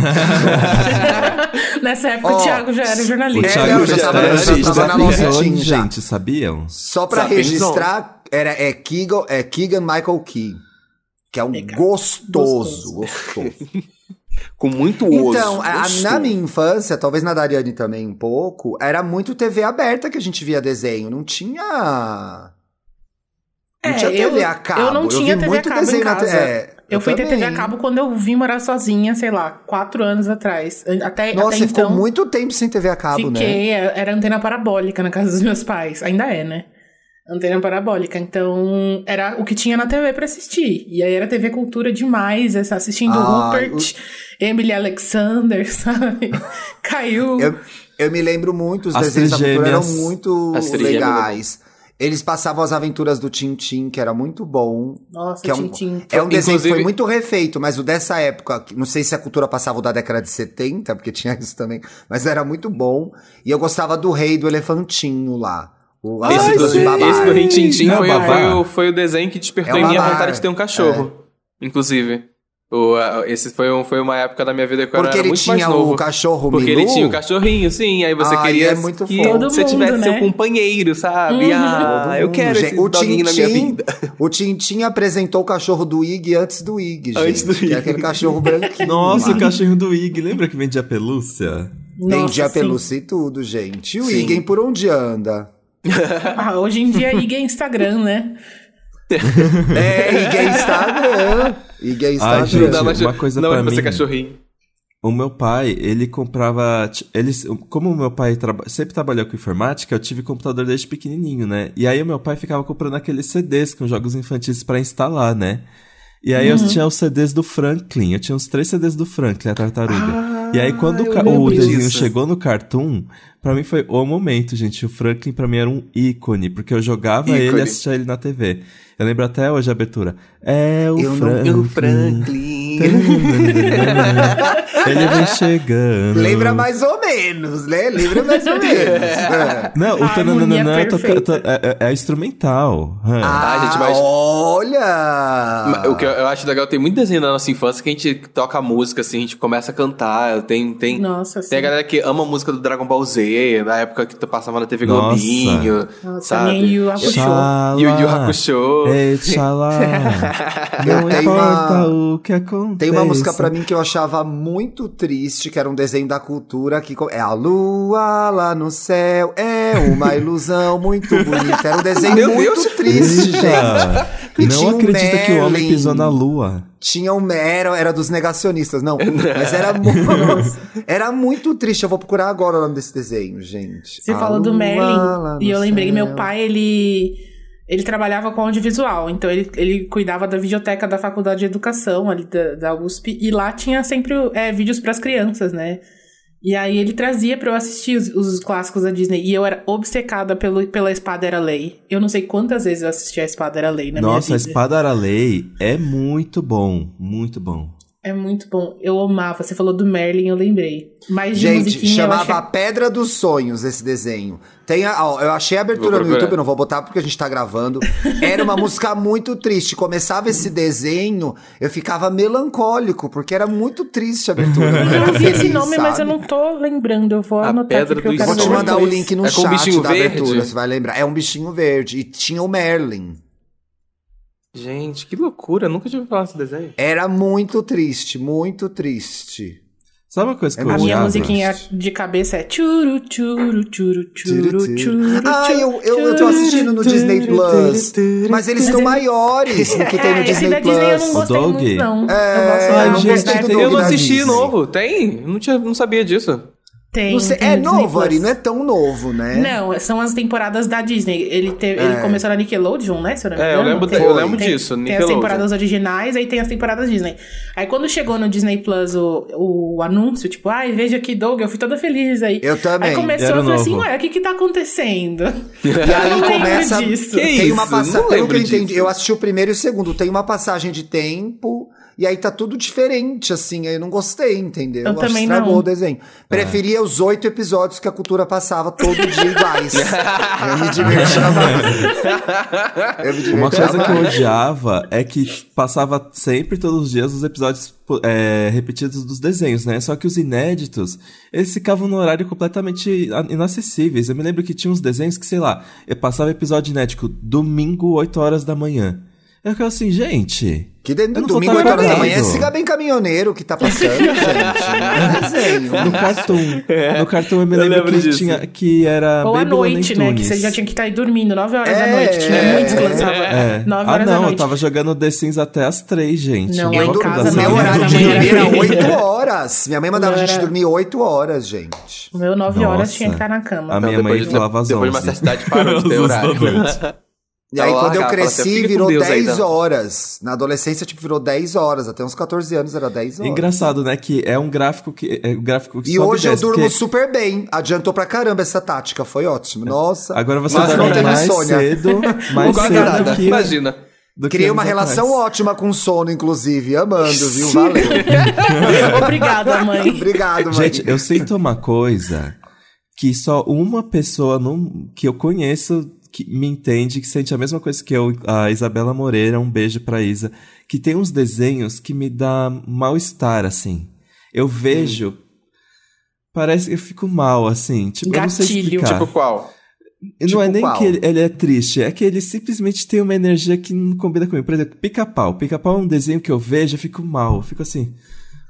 Speaker 3: Nessa época
Speaker 4: Ó,
Speaker 3: o Thiago já era
Speaker 1: O
Speaker 3: jornalista.
Speaker 4: É,
Speaker 1: Thiago já
Speaker 4: não, já
Speaker 1: estava
Speaker 4: tava-
Speaker 1: na
Speaker 4: já tava na
Speaker 1: Pinzone,
Speaker 4: lotinha já.
Speaker 1: gente, sabiam?
Speaker 4: Só pra
Speaker 2: Sabe,
Speaker 4: registrar, era, é, Keegan, é Keegan Michael Key, que é um
Speaker 3: Legal.
Speaker 4: gostoso, gostoso.
Speaker 2: Com muito osso.
Speaker 4: Então, a-
Speaker 2: Osso.
Speaker 4: na minha infância, talvez na da Ariane também um pouco, era muito TV aberta que a gente via desenho. Não tinha. Não
Speaker 3: É,
Speaker 4: tinha
Speaker 3: eu-
Speaker 4: TV a cabo.
Speaker 3: eu não tinha
Speaker 4: vi
Speaker 3: TV a
Speaker 4: muito
Speaker 3: cabo em
Speaker 4: desenho na te-
Speaker 3: casa.
Speaker 4: é,
Speaker 3: Eu fui ter TV a
Speaker 4: também.
Speaker 3: cabo quando eu vim morar sozinha, sei lá, quatro anos atrás. Até,
Speaker 4: Nossa,
Speaker 3: até
Speaker 4: você
Speaker 3: então,
Speaker 4: ficou muito tempo sem TV a cabo, né?
Speaker 3: fiquei, é, era antena parabólica na casa dos meus pais. Ainda é, né? Antena parabólica. Então, era o que tinha na TV pra assistir. E aí era TV Cultura demais, essa, assistindo
Speaker 4: Ah,
Speaker 3: Rupert, Emily Alexander, sabe? Caiu.
Speaker 4: Eu, Eu me lembro muito, os
Speaker 1: As
Speaker 4: desenhos da cultura eram
Speaker 1: trigêmeas.
Speaker 4: muito
Speaker 2: As trigêmeas. né?
Speaker 4: legais. Eles passavam as aventuras do Tintim, que era muito bom.
Speaker 3: Nossa,
Speaker 4: Que é um-
Speaker 3: Tintin.
Speaker 4: É um desenho que
Speaker 2: Inclusive-
Speaker 4: foi muito refeito, mas o dessa época, que- não sei se a cultura passava o da década de 70, porque tinha isso também, mas era muito bom. E eu gostava do rei do elefantinho lá. O a
Speaker 2: Esse,
Speaker 4: aventura
Speaker 2: do,
Speaker 4: de Babar.
Speaker 2: esse do Rin Tin Tin
Speaker 1: Não,
Speaker 2: foi,
Speaker 1: Babar.
Speaker 2: foi o, foi o desenho que despertou
Speaker 4: É o
Speaker 2: em mim a
Speaker 4: Babar.
Speaker 2: vontade de ter um cachorro. Inclusive. O, a- esse foi, um, foi uma época da minha vida que eu
Speaker 4: Porque ele
Speaker 2: era muito mais
Speaker 4: tinha
Speaker 2: novo.
Speaker 4: o cachorro
Speaker 2: porque
Speaker 4: Milu.
Speaker 2: ele tinha o cachorrinho, sim. Aí você
Speaker 4: Ah,
Speaker 2: queria
Speaker 4: e é muito
Speaker 2: que
Speaker 4: fofo.
Speaker 3: Todo
Speaker 2: você
Speaker 3: mundo,
Speaker 2: tivesse seu
Speaker 3: né?
Speaker 2: companheiro, sabe?
Speaker 3: Uhum.
Speaker 2: Ah,
Speaker 4: Todo
Speaker 2: eu
Speaker 4: mundo,
Speaker 2: quero
Speaker 4: gente.
Speaker 2: esse doguinho na minha
Speaker 4: Tintim-
Speaker 2: vida.
Speaker 4: O Tintim apresentou o cachorro do Ig antes do Ig, gente.
Speaker 2: Antes do
Speaker 4: Que
Speaker 2: Ig.
Speaker 4: é aquele cachorro branquinho.
Speaker 1: Nossa,
Speaker 4: lá.
Speaker 1: o cachorro do Ig, lembra que vendia pelúcia?
Speaker 4: Vendia
Speaker 3: Nossa, sim.
Speaker 4: pelúcia e tudo, gente. E o
Speaker 2: Sim.
Speaker 4: Iggen por onde anda?
Speaker 3: Ah, hoje em dia IG é Instagram, né?
Speaker 4: É, Iggen Instagram. Iggen
Speaker 1: Ai,
Speaker 4: Instagram.
Speaker 1: gente,
Speaker 2: Não dá mais,
Speaker 1: uma coisa
Speaker 2: não
Speaker 1: pra
Speaker 2: é pra ser
Speaker 1: mim.
Speaker 2: cachorrinho.
Speaker 1: O meu pai, ele comprava. ti- Ele, como o meu pai traba- sempre trabalhou com informática, eu tive computador desde pequenininho, né? E aí o meu pai ficava comprando aqueles CDs com jogos infantis pra instalar, né? E aí
Speaker 2: Uhum.
Speaker 1: eu tinha os CDs do Franklin, eu tinha uns três CDs do Franklin, a tartaruga. e aí quando o,
Speaker 2: Ah, eu
Speaker 1: ca-
Speaker 2: lembro
Speaker 1: o desenho
Speaker 2: disso.
Speaker 1: chegou no Cartoon, pra mim foi o momento, gente. O Franklin pra mim era um ícone, porque eu jogava ele
Speaker 2: Ícone.
Speaker 1: e assistia ele na TV. Eu lembro até hoje a abertura. É o
Speaker 4: Eu não-
Speaker 1: Franklin.
Speaker 2: O Franklin.
Speaker 1: Ele vem chegando.
Speaker 4: Lembra mais ou menos, né? Lembra mais ou menos. É.
Speaker 1: Não,
Speaker 3: A
Speaker 1: o tananana
Speaker 3: harmonia
Speaker 1: é, toca-
Speaker 3: perfeita.
Speaker 1: to- é- é- é instrumental. É.
Speaker 4: Ah,
Speaker 2: gente, mas-
Speaker 4: Olha!
Speaker 2: O que eu, eu acho legal, tem muito desenho da nossa infância que a gente toca música, assim, a gente começa a cantar. Tem, tem,
Speaker 3: Nossa,
Speaker 2: tem
Speaker 3: sim.
Speaker 2: a galera que ama a música do Dragon Ball Z, na época que tu passava na TV
Speaker 1: Nossa.
Speaker 2: Globinho,
Speaker 3: Nossa,
Speaker 2: sabe?
Speaker 3: nem Yu Yu Hakusho.
Speaker 4: um
Speaker 1: Xalá.
Speaker 2: E o Yu Hakusho.
Speaker 1: Ei, xalá. Não
Speaker 4: Tem
Speaker 1: importa
Speaker 4: uma-
Speaker 1: o que acontece.
Speaker 4: Tem uma música pra mim que eu achava muito triste, que era um desenho da cultura que co- é a lua lá no céu, é uma ilusão muito bonita. Era um desenho
Speaker 2: Meu
Speaker 4: muito
Speaker 2: Deus.
Speaker 4: triste, gente.
Speaker 1: Eita,
Speaker 4: E
Speaker 1: Não
Speaker 4: tinha o
Speaker 1: acredita que o homem
Speaker 4: Merlin.
Speaker 1: pisou na lua.
Speaker 4: Tinha um era, era dos negacionistas,
Speaker 2: É,
Speaker 4: não.
Speaker 2: né?
Speaker 4: Mas era muito, era muito triste. Eu vou procurar agora o nome desse desenho, gente.
Speaker 3: Você
Speaker 4: A
Speaker 3: falou do
Speaker 4: lua
Speaker 3: Merlin
Speaker 4: lá no
Speaker 3: e eu lembrei que
Speaker 4: céu.
Speaker 3: meu pai, ele ele trabalhava com audiovisual, então ele, ele cuidava da videoteca da Faculdade de Educação ali da, da USP e lá tinha sempre é, vídeos pras crianças, né? E aí ele trazia pra eu assistir os, os clássicos da Disney e eu era obcecada pelo, pela Espada Era Lei. Eu não sei quantas vezes eu assisti a Espada Era Lei na
Speaker 1: Nossa,
Speaker 3: minha
Speaker 1: a
Speaker 3: vida.
Speaker 1: espada era lei. É muito bom. Muito bom.
Speaker 3: É muito bom. Eu amava. Você falou do Merlin, eu lembrei. Mas de
Speaker 4: Gente,
Speaker 3: musiquinha eu
Speaker 4: chamava
Speaker 3: achei...
Speaker 4: Pedra dos Sonhos esse desenho. Tem a- ó, eu achei a
Speaker 2: Vou
Speaker 4: abertura no
Speaker 2: procurar.
Speaker 4: YouTube, eu não vou botar porque a gente tá gravando. Era uma música muito triste. Começava esse desenho, eu ficava melancólico, porque era muito triste a abertura.
Speaker 3: Eu
Speaker 4: era
Speaker 3: ouvi esse
Speaker 4: feliz,
Speaker 3: nome, mas eu
Speaker 4: sabe?
Speaker 3: não tô lembrando. Eu vou
Speaker 2: A
Speaker 3: anotar aqui
Speaker 2: Pedra
Speaker 3: porque eu
Speaker 2: dos
Speaker 4: Eu
Speaker 3: quero
Speaker 4: vou te
Speaker 2: Sonhos.
Speaker 3: ver
Speaker 4: mandar o
Speaker 3: depois.
Speaker 4: link no
Speaker 2: É com um
Speaker 4: chat
Speaker 2: bichinho
Speaker 4: da
Speaker 2: verde?
Speaker 4: abertura, você vai lembrar. É um bichinho verde. E tinha o Merlin.
Speaker 2: Gente, que loucura, nunca tinha ouvido falar desse desenho.
Speaker 4: Era muito triste, muito triste.
Speaker 1: Sabe uma coisa que
Speaker 4: É
Speaker 1: eu
Speaker 3: A minha
Speaker 1: odiava?
Speaker 3: musiquinha de cabeça é tchuru, tchuru, tchuru, tchuru, tchuru.
Speaker 4: Ah, eu, eu, eu tô assistindo no Disney Plus. Mas eles estão maiores do que tem no
Speaker 3: É, esse da
Speaker 4: Disney
Speaker 3: Disney eu
Speaker 4: Plus.
Speaker 3: não
Speaker 1: O
Speaker 3: gostei
Speaker 1: Doug?
Speaker 3: muito, não.
Speaker 4: É,
Speaker 1: Ai,
Speaker 3: eu
Speaker 4: não
Speaker 3: gosto
Speaker 1: gente,
Speaker 3: da
Speaker 4: gostei do
Speaker 1: tem-
Speaker 2: Eu não
Speaker 4: da
Speaker 2: assisti
Speaker 4: Disney.
Speaker 2: novo, tem? Não, tinha, não sabia disso.
Speaker 3: Tem,
Speaker 4: Não sei-
Speaker 3: tem
Speaker 4: é
Speaker 3: no Disney
Speaker 4: novo, Ari,
Speaker 3: Plus.
Speaker 4: não é tão novo, né?
Speaker 3: Não, é, são as temporadas da Disney. Ele, te- ele
Speaker 4: É.
Speaker 3: começou na Nickelodeon, né? Se eu não me
Speaker 2: É, eu
Speaker 3: engano.
Speaker 2: lembro-
Speaker 3: Tem-
Speaker 2: eu lembro
Speaker 3: tem-
Speaker 2: disso,
Speaker 3: Tem as
Speaker 2: Nickelodeon.
Speaker 3: temporadas originais, aí tem as temporadas Disney. Aí quando chegou no Disney Plus o, o anúncio, tipo, ai, veja aqui, Doug, eu fui toda feliz aí.
Speaker 4: Eu também.
Speaker 3: Aí começou,
Speaker 1: Era
Speaker 3: eu falei assim,
Speaker 1: novo.
Speaker 3: ué, o que que tá acontecendo?
Speaker 4: E aí
Speaker 3: Eu não
Speaker 4: começa.
Speaker 3: lembro disso.
Speaker 2: Que
Speaker 4: Tem uma
Speaker 2: isso? Não
Speaker 4: passagem. Pelo que
Speaker 2: lembro
Speaker 4: eu entendi,
Speaker 2: disso.
Speaker 4: eu assisti o primeiro e o segundo. Tem uma passagem de tempo. E aí tá tudo diferente, assim. Aí eu não gostei, entendeu?
Speaker 3: Eu
Speaker 4: Acho que
Speaker 3: também
Speaker 4: estragou
Speaker 3: não.
Speaker 4: o desenho. Preferia os oito episódios que a cultura passava todo dia iguais. eu me divertia mais. Eu me divertia
Speaker 1: Uma coisa que eu
Speaker 4: mais.
Speaker 1: odiava é que passava sempre, todos os dias, os episódios pô, é, repetidos dos desenhos, né? Só que os inéditos, eles ficavam no horário completamente a- inacessíveis. Eu me lembro que tinha uns desenhos que, sei lá, eu passava episódio inédito domingo, 8 horas da manhã. Eu ficava assim, gente.
Speaker 4: Que
Speaker 1: Eu
Speaker 4: dentro
Speaker 1: não
Speaker 4: do
Speaker 1: vou
Speaker 4: domingo,
Speaker 1: tá
Speaker 4: 8 horas da
Speaker 1: trabalhando.
Speaker 4: manhã, é siga bem caminhoneiro que tá passando, gente. Não é desenho.
Speaker 1: No cartoon. No cartoon eu me
Speaker 2: É. Eu
Speaker 1: lembro,
Speaker 2: lembro
Speaker 1: que
Speaker 2: disso.
Speaker 1: tinha. Que era
Speaker 3: Ou à
Speaker 1: Baby
Speaker 3: noite, né? Que
Speaker 1: Looney
Speaker 3: você já
Speaker 1: Tunes.
Speaker 3: tinha que estar aí dormindo, 9 horas da
Speaker 4: É,
Speaker 3: noite. Tinha
Speaker 4: é,
Speaker 3: muitos que
Speaker 4: é.
Speaker 3: lançava
Speaker 1: É.
Speaker 3: 9
Speaker 1: ah,
Speaker 3: horas da
Speaker 1: não, eu
Speaker 3: noite.
Speaker 1: tava jogando The Sims até as três, gente.
Speaker 3: Não,
Speaker 1: Eu
Speaker 3: em
Speaker 1: não
Speaker 4: Meu-
Speaker 3: casa,
Speaker 1: acordava
Speaker 3: meu
Speaker 4: meu
Speaker 1: cedo.
Speaker 3: da
Speaker 4: né? horário assim, de
Speaker 3: manhã
Speaker 4: dormir era
Speaker 3: era terrível.
Speaker 4: 8 horas. Minha mãe mandava
Speaker 3: Meu
Speaker 4: a gente
Speaker 3: era-
Speaker 4: dormir 8 horas, gente.
Speaker 3: O meu 9 horas
Speaker 1: Nossa.
Speaker 3: tinha que estar na cama. Então,
Speaker 1: A minha
Speaker 2: Então, depois
Speaker 1: mãe
Speaker 2: de-
Speaker 1: falava às
Speaker 2: Depois de uma
Speaker 1: 11.
Speaker 2: certa idade parou de ter
Speaker 1: Às 11 da
Speaker 2: horário.
Speaker 1: noite.
Speaker 4: E aí,
Speaker 2: Ela
Speaker 4: quando eu
Speaker 2: largava, ela dizia,
Speaker 4: cresci,
Speaker 2: "Fica com
Speaker 4: virou
Speaker 2: Deus aí,
Speaker 4: 10
Speaker 2: Dan."
Speaker 4: horas. Na adolescência, tipo, virou 10 horas. Até uns 14 anos era 10 horas.
Speaker 1: Engraçado, né? Que é um gráfico que. É um gráfico que
Speaker 4: E
Speaker 1: sobe
Speaker 4: hoje eu
Speaker 1: desce,
Speaker 4: durmo
Speaker 1: porque
Speaker 4: super bem. Adiantou pra caramba essa tática, foi ótimo. Nossa.
Speaker 1: Agora você
Speaker 2: Mas não
Speaker 1: dorme
Speaker 2: teve
Speaker 1: mais
Speaker 4: insônia.
Speaker 1: cedo, mais cedo
Speaker 2: Não guarda nada.
Speaker 1: do que,
Speaker 2: Imagina.
Speaker 1: do que
Speaker 4: Criei uma
Speaker 1: anos
Speaker 4: relação
Speaker 1: atrás.
Speaker 4: ótima com sono, inclusive. Amando, viu? Valeu.
Speaker 3: Obrigada, mãe.
Speaker 4: Obrigado, mãe.
Speaker 1: Gente, eu sinto uma coisa que só uma pessoa não, que eu conheço que me entende, que sente a mesma coisa que eu, a Isabela Moreira, um beijo pra Isa, que tem uns desenhos que me dá mal-estar, assim.
Speaker 4: Hum.
Speaker 1: Eu vejo, parece que eu fico mal, assim, tipo, eu não sei
Speaker 3: Gatilho.
Speaker 1: explicar.
Speaker 2: Tipo qual?
Speaker 1: E
Speaker 4: Tipo
Speaker 1: não é nem
Speaker 4: qual?
Speaker 1: que ele, ele é triste, é que ele simplesmente tem uma energia que não combina comigo. Por exemplo, pica-pau. Pica-pau é um desenho que eu vejo, eu fico mal. Eu fico assim.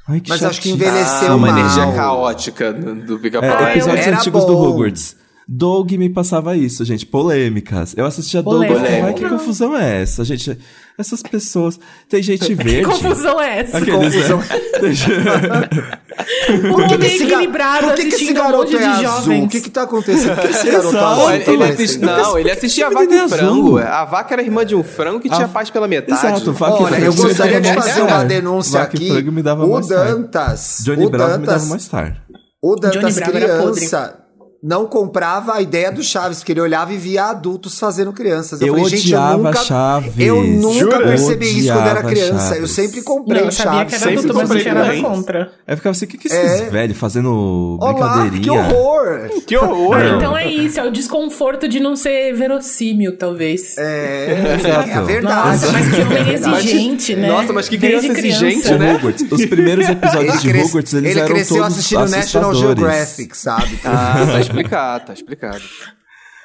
Speaker 1: Ai, que
Speaker 4: Mas acho que
Speaker 1: chatice.
Speaker 4: Envelheceu
Speaker 2: ah, uma
Speaker 4: mal.
Speaker 2: energia caótica do, do Pica-Pau.
Speaker 1: É,
Speaker 3: Ah,
Speaker 1: episódios
Speaker 4: era
Speaker 1: antigos do
Speaker 4: bom.
Speaker 1: Hogwarts. Doug me passava isso, gente. Polêmicas. Eu assistia Doug.
Speaker 3: Polêmica.
Speaker 1: eu falava, "Ai, Que
Speaker 3: Não.
Speaker 1: confusão é essa, gente? Essas pessoas. Tem gente
Speaker 3: Que
Speaker 1: verde.
Speaker 3: confusão é essa?
Speaker 1: Aqueles, né? Tem gente-
Speaker 3: Um
Speaker 4: Por que que
Speaker 3: homem
Speaker 4: esse ga-
Speaker 3: equilibrado
Speaker 4: Por que, que esse
Speaker 3: assistindo um monte
Speaker 4: garoto é
Speaker 3: de
Speaker 4: azul?
Speaker 3: jovens.
Speaker 4: O que que tá acontecendo? Por que esse garoto
Speaker 1: Exato.
Speaker 4: azul
Speaker 1: Olha,
Speaker 2: Não,
Speaker 4: tá
Speaker 2: ele, ele
Speaker 4: aparecendo?
Speaker 2: assiste- não, ele assistia a
Speaker 1: esse
Speaker 2: vaca e o
Speaker 1: menino é azul?
Speaker 2: frango. A vaca era irmã de um frango que tinha
Speaker 1: A-
Speaker 2: paz pela metade.
Speaker 1: Exato, vaca e
Speaker 4: Olha, eu
Speaker 1: frango me
Speaker 4: gostaria de
Speaker 1: dava mais
Speaker 4: fazer uma
Speaker 1: tarde.
Speaker 4: denúncia
Speaker 1: Vaca e
Speaker 4: aqui.
Speaker 1: frango me dava
Speaker 4: o
Speaker 1: mais tarde.
Speaker 4: Dantas,
Speaker 1: Johnny
Speaker 4: o
Speaker 1: Bravo me dava um
Speaker 4: Dantas,
Speaker 1: mais tarde.
Speaker 4: o
Speaker 3: Johnny
Speaker 4: Dantas
Speaker 3: Bravo era
Speaker 4: criança não comprava a ideia do Chaves, porque ele olhava e via adultos fazendo crianças. Eu,
Speaker 1: Eu
Speaker 4: falei, gente, eu
Speaker 1: odiava
Speaker 4: nunca,
Speaker 1: Chaves.
Speaker 4: eu nunca
Speaker 1: Jura?
Speaker 4: percebi isso quando era
Speaker 1: Odiava
Speaker 4: criança. Eu
Speaker 1: Chaves.
Speaker 4: sempre comprei
Speaker 3: Não, eu sabia que
Speaker 4: Chaves.
Speaker 3: era
Speaker 2: sempre
Speaker 3: adulto, mas não
Speaker 2: comprei
Speaker 3: tinha nada
Speaker 4: né?
Speaker 2: também.
Speaker 3: contra.
Speaker 1: Aí eu ficava assim, o que, que
Speaker 4: É.
Speaker 1: esses velhos fazendo
Speaker 4: Olá,
Speaker 1: brincadeirinha?
Speaker 4: que horror!
Speaker 2: Que horror.
Speaker 3: Ah,
Speaker 1: Não.
Speaker 3: então é isso, é o desconforto de não ser verossímil, talvez.
Speaker 4: É,
Speaker 1: Exato.
Speaker 4: é a verdade. É
Speaker 3: Nossa, mas que homem
Speaker 4: Verdade.
Speaker 3: exigente, né?
Speaker 2: Nossa, mas que
Speaker 3: Desde
Speaker 2: criança exigente,
Speaker 1: O
Speaker 3: criança.
Speaker 2: né?
Speaker 1: Hogwarts. Os primeiros episódios de
Speaker 4: cres-
Speaker 1: Hogwarts, eles
Speaker 4: ele
Speaker 1: eram
Speaker 4: cresceu
Speaker 1: todos
Speaker 4: assistindo National
Speaker 1: assustadores.
Speaker 4: Geographic, sabe?
Speaker 2: Ah, tá explicado, tá explicado.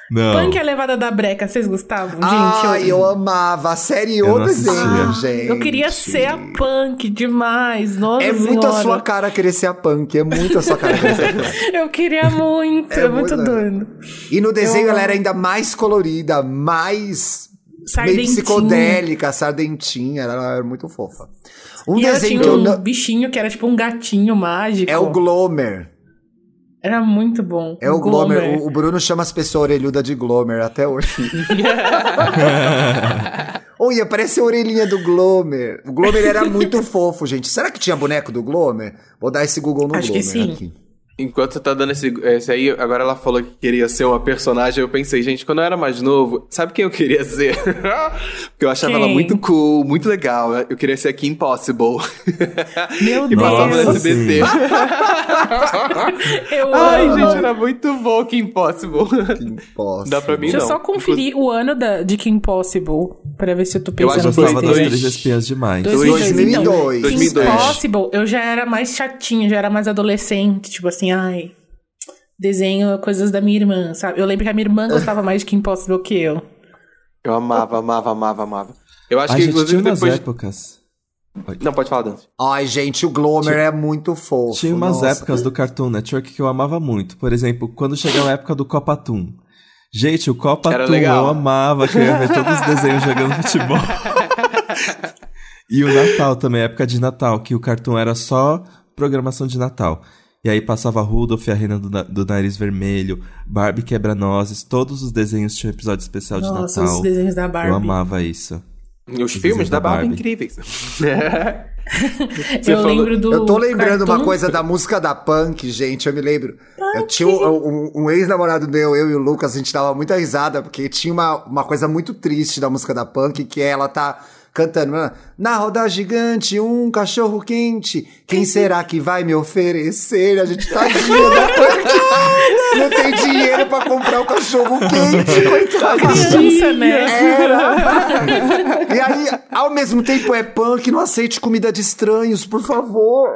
Speaker 1: Não.
Speaker 3: Punk é a levada da breca, vocês gostavam?
Speaker 4: Ai,
Speaker 3: gente,
Speaker 4: eu amava. A série
Speaker 1: Eu
Speaker 4: O
Speaker 1: não
Speaker 4: desenho, gente.
Speaker 3: Ah, eu queria ser a punk demais, nossa
Speaker 4: É muito a
Speaker 3: senhora.
Speaker 4: sua cara querer ser a punk. É muito a sua cara querer ser a punk.
Speaker 3: Eu queria muito,
Speaker 4: É
Speaker 3: é muito
Speaker 4: muito-
Speaker 3: doido.
Speaker 4: E no desenho
Speaker 3: Eu-
Speaker 4: ela era ainda mais colorida, mais meio
Speaker 3: Sardentinho.
Speaker 4: psicodélica, sardentinha. Ela era muito fofa. Um
Speaker 3: e ela
Speaker 4: desenho
Speaker 3: tinha
Speaker 4: que eu
Speaker 3: um
Speaker 4: não...
Speaker 3: bichinho que era tipo um gatinho mágico.
Speaker 4: É o Glomer.
Speaker 3: Era muito bom. Um
Speaker 4: É o Glomer. O- O Bruno chama as pessoas orelhuda de Glomer até hoje. Olha, parece a orelhinha do Glomer. O Glomer era muito fofo, gente. Será que tinha boneco do Glomer? Vou dar esse Google no
Speaker 3: Acho que
Speaker 4: Glomer
Speaker 3: sim.
Speaker 4: aqui.
Speaker 2: Enquanto você tá dando esse, esse aí, agora ela falou que queria ser uma personagem, eu pensei, gente, quando eu era mais novo, sabe quem eu queria ser? Porque eu achava ela
Speaker 3: Quem?
Speaker 2: muito cool, muito legal. Eu queria ser a Kim Possible.
Speaker 3: Meu
Speaker 2: que passava no
Speaker 1: Nossa,
Speaker 3: Deus.
Speaker 2: SBT.
Speaker 3: Eu
Speaker 4: Ah,
Speaker 2: Ai,
Speaker 3: amo.
Speaker 2: gente, era muito bom Kim Possible.
Speaker 4: Impossível.
Speaker 2: Dá pra mim,
Speaker 3: Deixa eu
Speaker 2: não.
Speaker 3: só conferir o ano da, de Kim Possible pra ver se eu tô
Speaker 2: Eu acho
Speaker 3: pensando
Speaker 2: que
Speaker 1: Eu
Speaker 2: foi
Speaker 3: no
Speaker 1: gostava
Speaker 3: certo.
Speaker 1: das
Speaker 2: dois.
Speaker 1: três espiãs demais.
Speaker 3: Dois-
Speaker 4: 2002.
Speaker 3: Kim
Speaker 2: 2002.
Speaker 3: Possible, Então, eu já era mais chatinha, já era mais adolescente, tipo assim, ai. Desenho coisas da minha irmã, sabe? Eu lembro que a minha irmã gostava mais de Kim Possible que eu.
Speaker 2: Eu amava, amava, amava, amava. Eu acho
Speaker 1: A
Speaker 2: que,
Speaker 1: gente tinha
Speaker 2: inclusive,
Speaker 1: umas
Speaker 2: depois.
Speaker 1: épocas.
Speaker 2: Não, pode falar, Dante.
Speaker 4: Ai, gente, o Glomer é muito fofo.
Speaker 1: Tinha umas
Speaker 4: nossa.
Speaker 1: épocas do Cartoon Network que eu amava muito. Por exemplo, quando chegava a época do Copa Toon. Gente, o Copa
Speaker 2: Era
Speaker 1: Toon
Speaker 2: legal.
Speaker 1: eu amava, que eu ia ver todos os desenhos jogando futebol. e o Natal também, época de Natal, que o Cartoon era só programação de Natal. E aí passava Rudolph e a Reina do, Na- do Nariz Vermelho, Barbie Quebra-Nozes, todos os desenhos tinham episódio especial
Speaker 3: Nossa,
Speaker 1: de
Speaker 3: os
Speaker 1: Natal.
Speaker 3: desenhos da Barbie.
Speaker 1: Eu amava isso.
Speaker 2: Os
Speaker 1: Os desenhos
Speaker 2: filmes da
Speaker 1: da
Speaker 2: Barbie
Speaker 1: Barbie.
Speaker 2: incríveis.
Speaker 3: Eu
Speaker 2: Você falou-
Speaker 3: lembro do.
Speaker 4: Eu tô lembrando uma
Speaker 3: cartoon-
Speaker 4: coisa da música da punk, gente, eu me lembro. Eu tinha um, um- um ex-namorado meu, eu e o Lucas, a gente dava muita risada, porque tinha uma, uma coisa muito triste da música da punk, que é ela tá cantando. né? Na roda gigante, um cachorro quente, quem será que vai me oferecer? A gente tá dinheiro da punk. Não tem dinheiro pra comprar o cachorro quente, coitado.
Speaker 3: Criança, né?
Speaker 4: é.
Speaker 3: É,
Speaker 4: Era. E aí, ao mesmo tempo, é punk, não aceite comida de estranhos, por favor.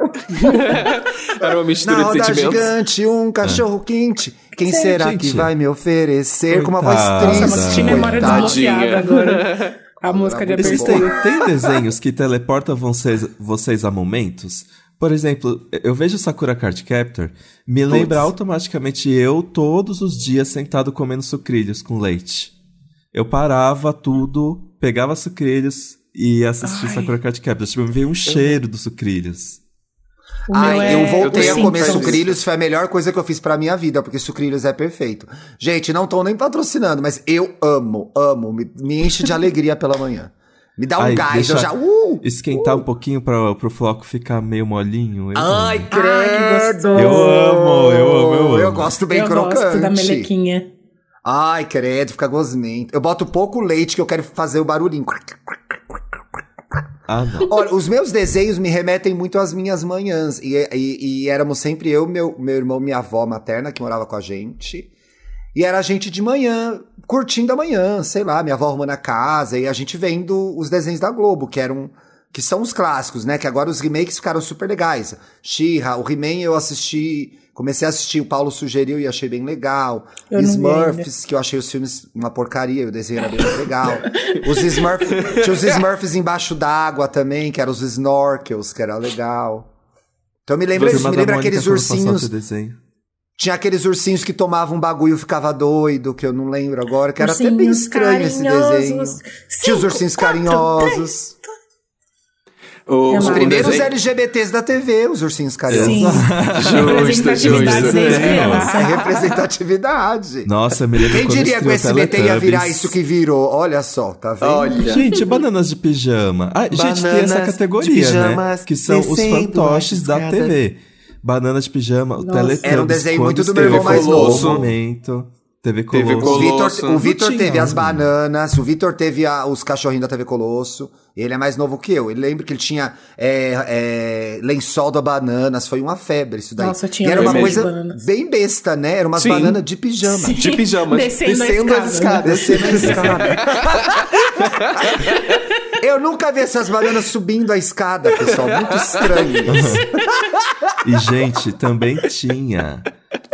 Speaker 2: Era uma
Speaker 4: Na
Speaker 2: mistura de
Speaker 4: roda
Speaker 2: sentimentos. É.
Speaker 4: gigante, um cachorro quente. Quem será
Speaker 1: gente.
Speaker 4: que vai me oferecer? Com uma voz
Speaker 1: Coitada.
Speaker 4: triste.
Speaker 3: Nossa, mas que memória
Speaker 4: coitada.
Speaker 2: Tadinha.
Speaker 3: desbloqueada agora. A música de
Speaker 4: Tá muito
Speaker 1: Existem,
Speaker 3: abertura.
Speaker 1: tem desenhos que teleportam vocês, vocês a momentos. Por exemplo, eu vejo Sakura Card Captor, me lembra automaticamente eu todos os dias sentado comendo sucrilhos com leite. Eu parava tudo, pegava sucrilhos e assistia
Speaker 3: Ai.
Speaker 1: Sakura Card Captor. Tipo, me veio um cheiro dos sucrilhos.
Speaker 3: O
Speaker 4: Ai,
Speaker 3: meu é-
Speaker 4: eu voltei
Speaker 2: eu
Speaker 4: a
Speaker 2: tenho
Speaker 4: comer
Speaker 2: cinco.
Speaker 4: sucrilhos, foi a melhor coisa que eu fiz pra minha vida, porque sucrilhos é perfeito. Gente, não tô nem patrocinando, mas eu amo, amo. Me, me enche de alegria pela manhã. Me dá um
Speaker 1: Ai,
Speaker 4: gás,
Speaker 1: deixa-
Speaker 4: eu já. Uh!
Speaker 1: Esquentar um pouquinho pra, pro floco ficar meio molinho. eu amo.
Speaker 4: Ai, credo!
Speaker 3: Ai, que gostoso.
Speaker 1: Eu amo, eu amo, eu amo.
Speaker 4: Eu gosto bem
Speaker 3: eu
Speaker 4: crocante.
Speaker 3: gosto da melequinha.
Speaker 4: Ai, credo, fica gosmento. Eu boto pouco leite que eu quero fazer o barulhinho.
Speaker 1: Ah, não.
Speaker 4: Olha, os meus desenhos me remetem muito às minhas manhãs. E, e- e éramos sempre eu, meu, meu irmão, minha avó materna, que morava com a gente. E era a gente de manhã, curtindo a manhã, sei lá, minha avó arrumando a casa e a gente vendo os desenhos da Globo, que eram. Que são os clássicos, né? Que agora os remakes ficaram super legais. She-Ra, o He-Man eu assisti, comecei a assistir, o Paulo sugeriu e achei bem legal.
Speaker 3: Eu não vi
Speaker 4: Smurfs, que eu achei os filmes uma porcaria, o desenho era bem legal. Os Smurfs, tinha os Smurfs embaixo d'água também, que eram os snorkels, que era legal. Então me lembra,
Speaker 1: Turma
Speaker 4: me
Speaker 1: da
Speaker 4: lembra
Speaker 1: Mônica,
Speaker 4: aqueles
Speaker 1: quando passou
Speaker 4: ursinhos
Speaker 1: outro desenho.
Speaker 4: tinha aqueles ursinhos que tomavam um bagulho e ficava doido, que eu não lembro agora, que era até bem
Speaker 3: Ursinhos
Speaker 4: estranho esse desenho.
Speaker 3: carinhosos.
Speaker 4: Tinha os
Speaker 3: Cinco,
Speaker 4: ursinhos
Speaker 3: quatro, três.
Speaker 4: carinhosos.
Speaker 2: O,
Speaker 3: É
Speaker 2: os
Speaker 4: Os
Speaker 3: maravilhoso.
Speaker 4: primeiros
Speaker 2: primeiros eram.
Speaker 4: LGBTs da TV, os ursinhos carinhosos.
Speaker 3: Sim. Representatividade
Speaker 2: justo,
Speaker 3: desde
Speaker 1: é.
Speaker 4: É
Speaker 3: criança.
Speaker 4: representatividade.
Speaker 1: Nossa, eu me lembro
Speaker 4: Quem
Speaker 1: quando
Speaker 4: diria que o
Speaker 1: estreou
Speaker 4: SBT ia
Speaker 1: Teletubbies.
Speaker 4: virar isso que virou? Olha só, tá vendo?
Speaker 2: Olha.
Speaker 1: Gente, bananas de pijama. Ah, gente, tem
Speaker 2: Bananas
Speaker 1: essa
Speaker 2: de
Speaker 1: categoria,
Speaker 2: pijamas
Speaker 1: né? Que são os
Speaker 2: descendo
Speaker 1: fantoches
Speaker 2: as
Speaker 1: da
Speaker 2: escadas.
Speaker 1: TV. Bananas de pijama, o
Speaker 3: Nossa.
Speaker 1: Teletubbies.
Speaker 4: Era um desenho
Speaker 1: quando
Speaker 4: muito do meu
Speaker 1: esteve
Speaker 2: irmão mais
Speaker 1: foi
Speaker 2: novo.
Speaker 1: o Momento, TV Colosso.
Speaker 2: TV
Speaker 4: O
Speaker 2: Colosso.
Speaker 4: Vitor, o Vitor
Speaker 1: Não tinha,
Speaker 4: teve as
Speaker 1: né?
Speaker 4: bananas, o Vitor teve a- os cachorrinhos da TV Colosso. Ele é mais novo que eu. Ele lembra que ele tinha é, é, lençol da bananas. Foi uma febre isso daí.
Speaker 3: Nossa, eu tinha
Speaker 4: e era uma
Speaker 2: lençol de
Speaker 4: coisa
Speaker 3: bananas.
Speaker 4: bem besta, né? Era umas
Speaker 2: Sim.
Speaker 4: bananas de pijama.
Speaker 3: Sim.
Speaker 2: De pijama.
Speaker 3: Descendo, a escada.
Speaker 4: Descendo a escada. Eu nunca vi essas bananas subindo a escada, pessoal. Muito estranho. isso.
Speaker 1: E, gente, também tinha.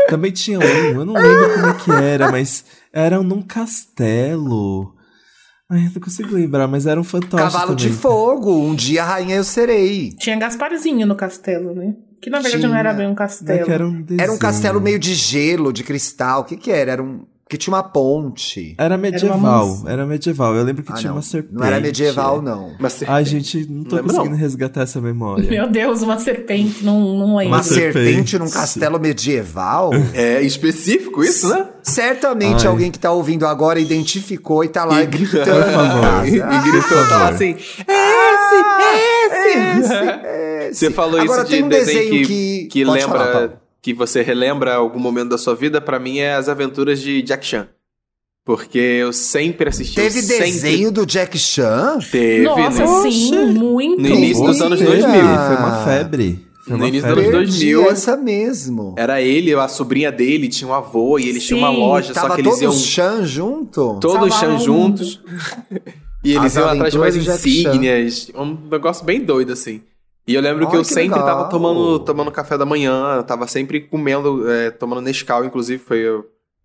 Speaker 1: Também tinha um, eu não lembro como é que era, mas era num castelo. Ai, eu não consigo lembrar, mas era um fantoche.
Speaker 4: Cavalo de
Speaker 1: também.
Speaker 4: fogo. Um dia rainha eu serei.
Speaker 3: Tinha Gasparzinho no castelo, né? Que na verdade não
Speaker 4: Tinha.
Speaker 3: era bem um
Speaker 1: Não é
Speaker 3: castelo.
Speaker 1: que era um
Speaker 4: Era um
Speaker 1: desenho.
Speaker 4: castelo meio de gelo, de cristal. O que que era? Era um que tinha uma ponte.
Speaker 1: Era medieval,
Speaker 3: mansão.
Speaker 1: era, medieval. Eu lembro que
Speaker 4: Ah,
Speaker 1: tinha
Speaker 4: não.
Speaker 1: uma serpente. é.
Speaker 4: Não era medieval não.
Speaker 2: Mas,
Speaker 1: Ai, gente, não tô
Speaker 2: Lembra
Speaker 1: conseguindo
Speaker 2: não.
Speaker 1: resgatar essa memória.
Speaker 3: Meu Deus, uma serpente. Não, não lembro.
Speaker 4: Uma
Speaker 1: Uma serpente.
Speaker 4: serpente num castelo medieval?
Speaker 2: é específico isso, né?
Speaker 1: Ai.
Speaker 4: Certamente alguém que tá ouvindo agora identificou e tá lá
Speaker 2: E-
Speaker 4: gritando. Ah,
Speaker 1: Por favor.
Speaker 2: E, e gritou.
Speaker 1: Por favor.
Speaker 2: assim, é esse,
Speaker 4: É,
Speaker 2: Você
Speaker 4: sim.
Speaker 2: falou
Speaker 4: agora,
Speaker 2: isso de
Speaker 4: tem um desenho,
Speaker 2: que,
Speaker 4: que,
Speaker 2: que
Speaker 4: Pode
Speaker 2: lembra...
Speaker 4: falar, Paulo.
Speaker 2: que você relembra algum momento da sua vida, pra mim é As Aventuras de Jack Chan. Porque eu sempre assisti. eu
Speaker 4: Teve
Speaker 2: sempre...
Speaker 4: desenho do Jack Chan?
Speaker 2: Teve,
Speaker 3: Nossa,
Speaker 2: né?
Speaker 1: Poxa.
Speaker 3: sim, muito.
Speaker 2: No início dos
Speaker 1: Foi,
Speaker 2: anos
Speaker 1: teve,
Speaker 2: 2000.
Speaker 1: Foi uma febre. Foi
Speaker 2: No
Speaker 1: uma
Speaker 2: início dos
Speaker 1: febre.
Speaker 2: anos
Speaker 4: Perdi
Speaker 2: 2000.
Speaker 4: essa mesmo.
Speaker 2: Era ele, a sobrinha dele, tinha um avô e eles tinham uma
Speaker 3: Sim,
Speaker 2: loja, só
Speaker 4: Tava
Speaker 2: que
Speaker 4: todos
Speaker 2: eles iam
Speaker 4: Chan junto?
Speaker 2: todos
Speaker 3: Salvaram
Speaker 2: Chan
Speaker 3: o
Speaker 2: juntos. e
Speaker 4: As
Speaker 2: eles iam atrás de mais
Speaker 4: Aventuras de Jack Chan.
Speaker 2: insígnias. Um negócio bem doido, assim. E eu lembro que
Speaker 4: Olha
Speaker 2: eu
Speaker 4: que
Speaker 2: sempre
Speaker 4: legal.
Speaker 2: tava tomando, tomando café da manhã, eu tava sempre comendo, é, tomando Nescau, inclusive, foi o,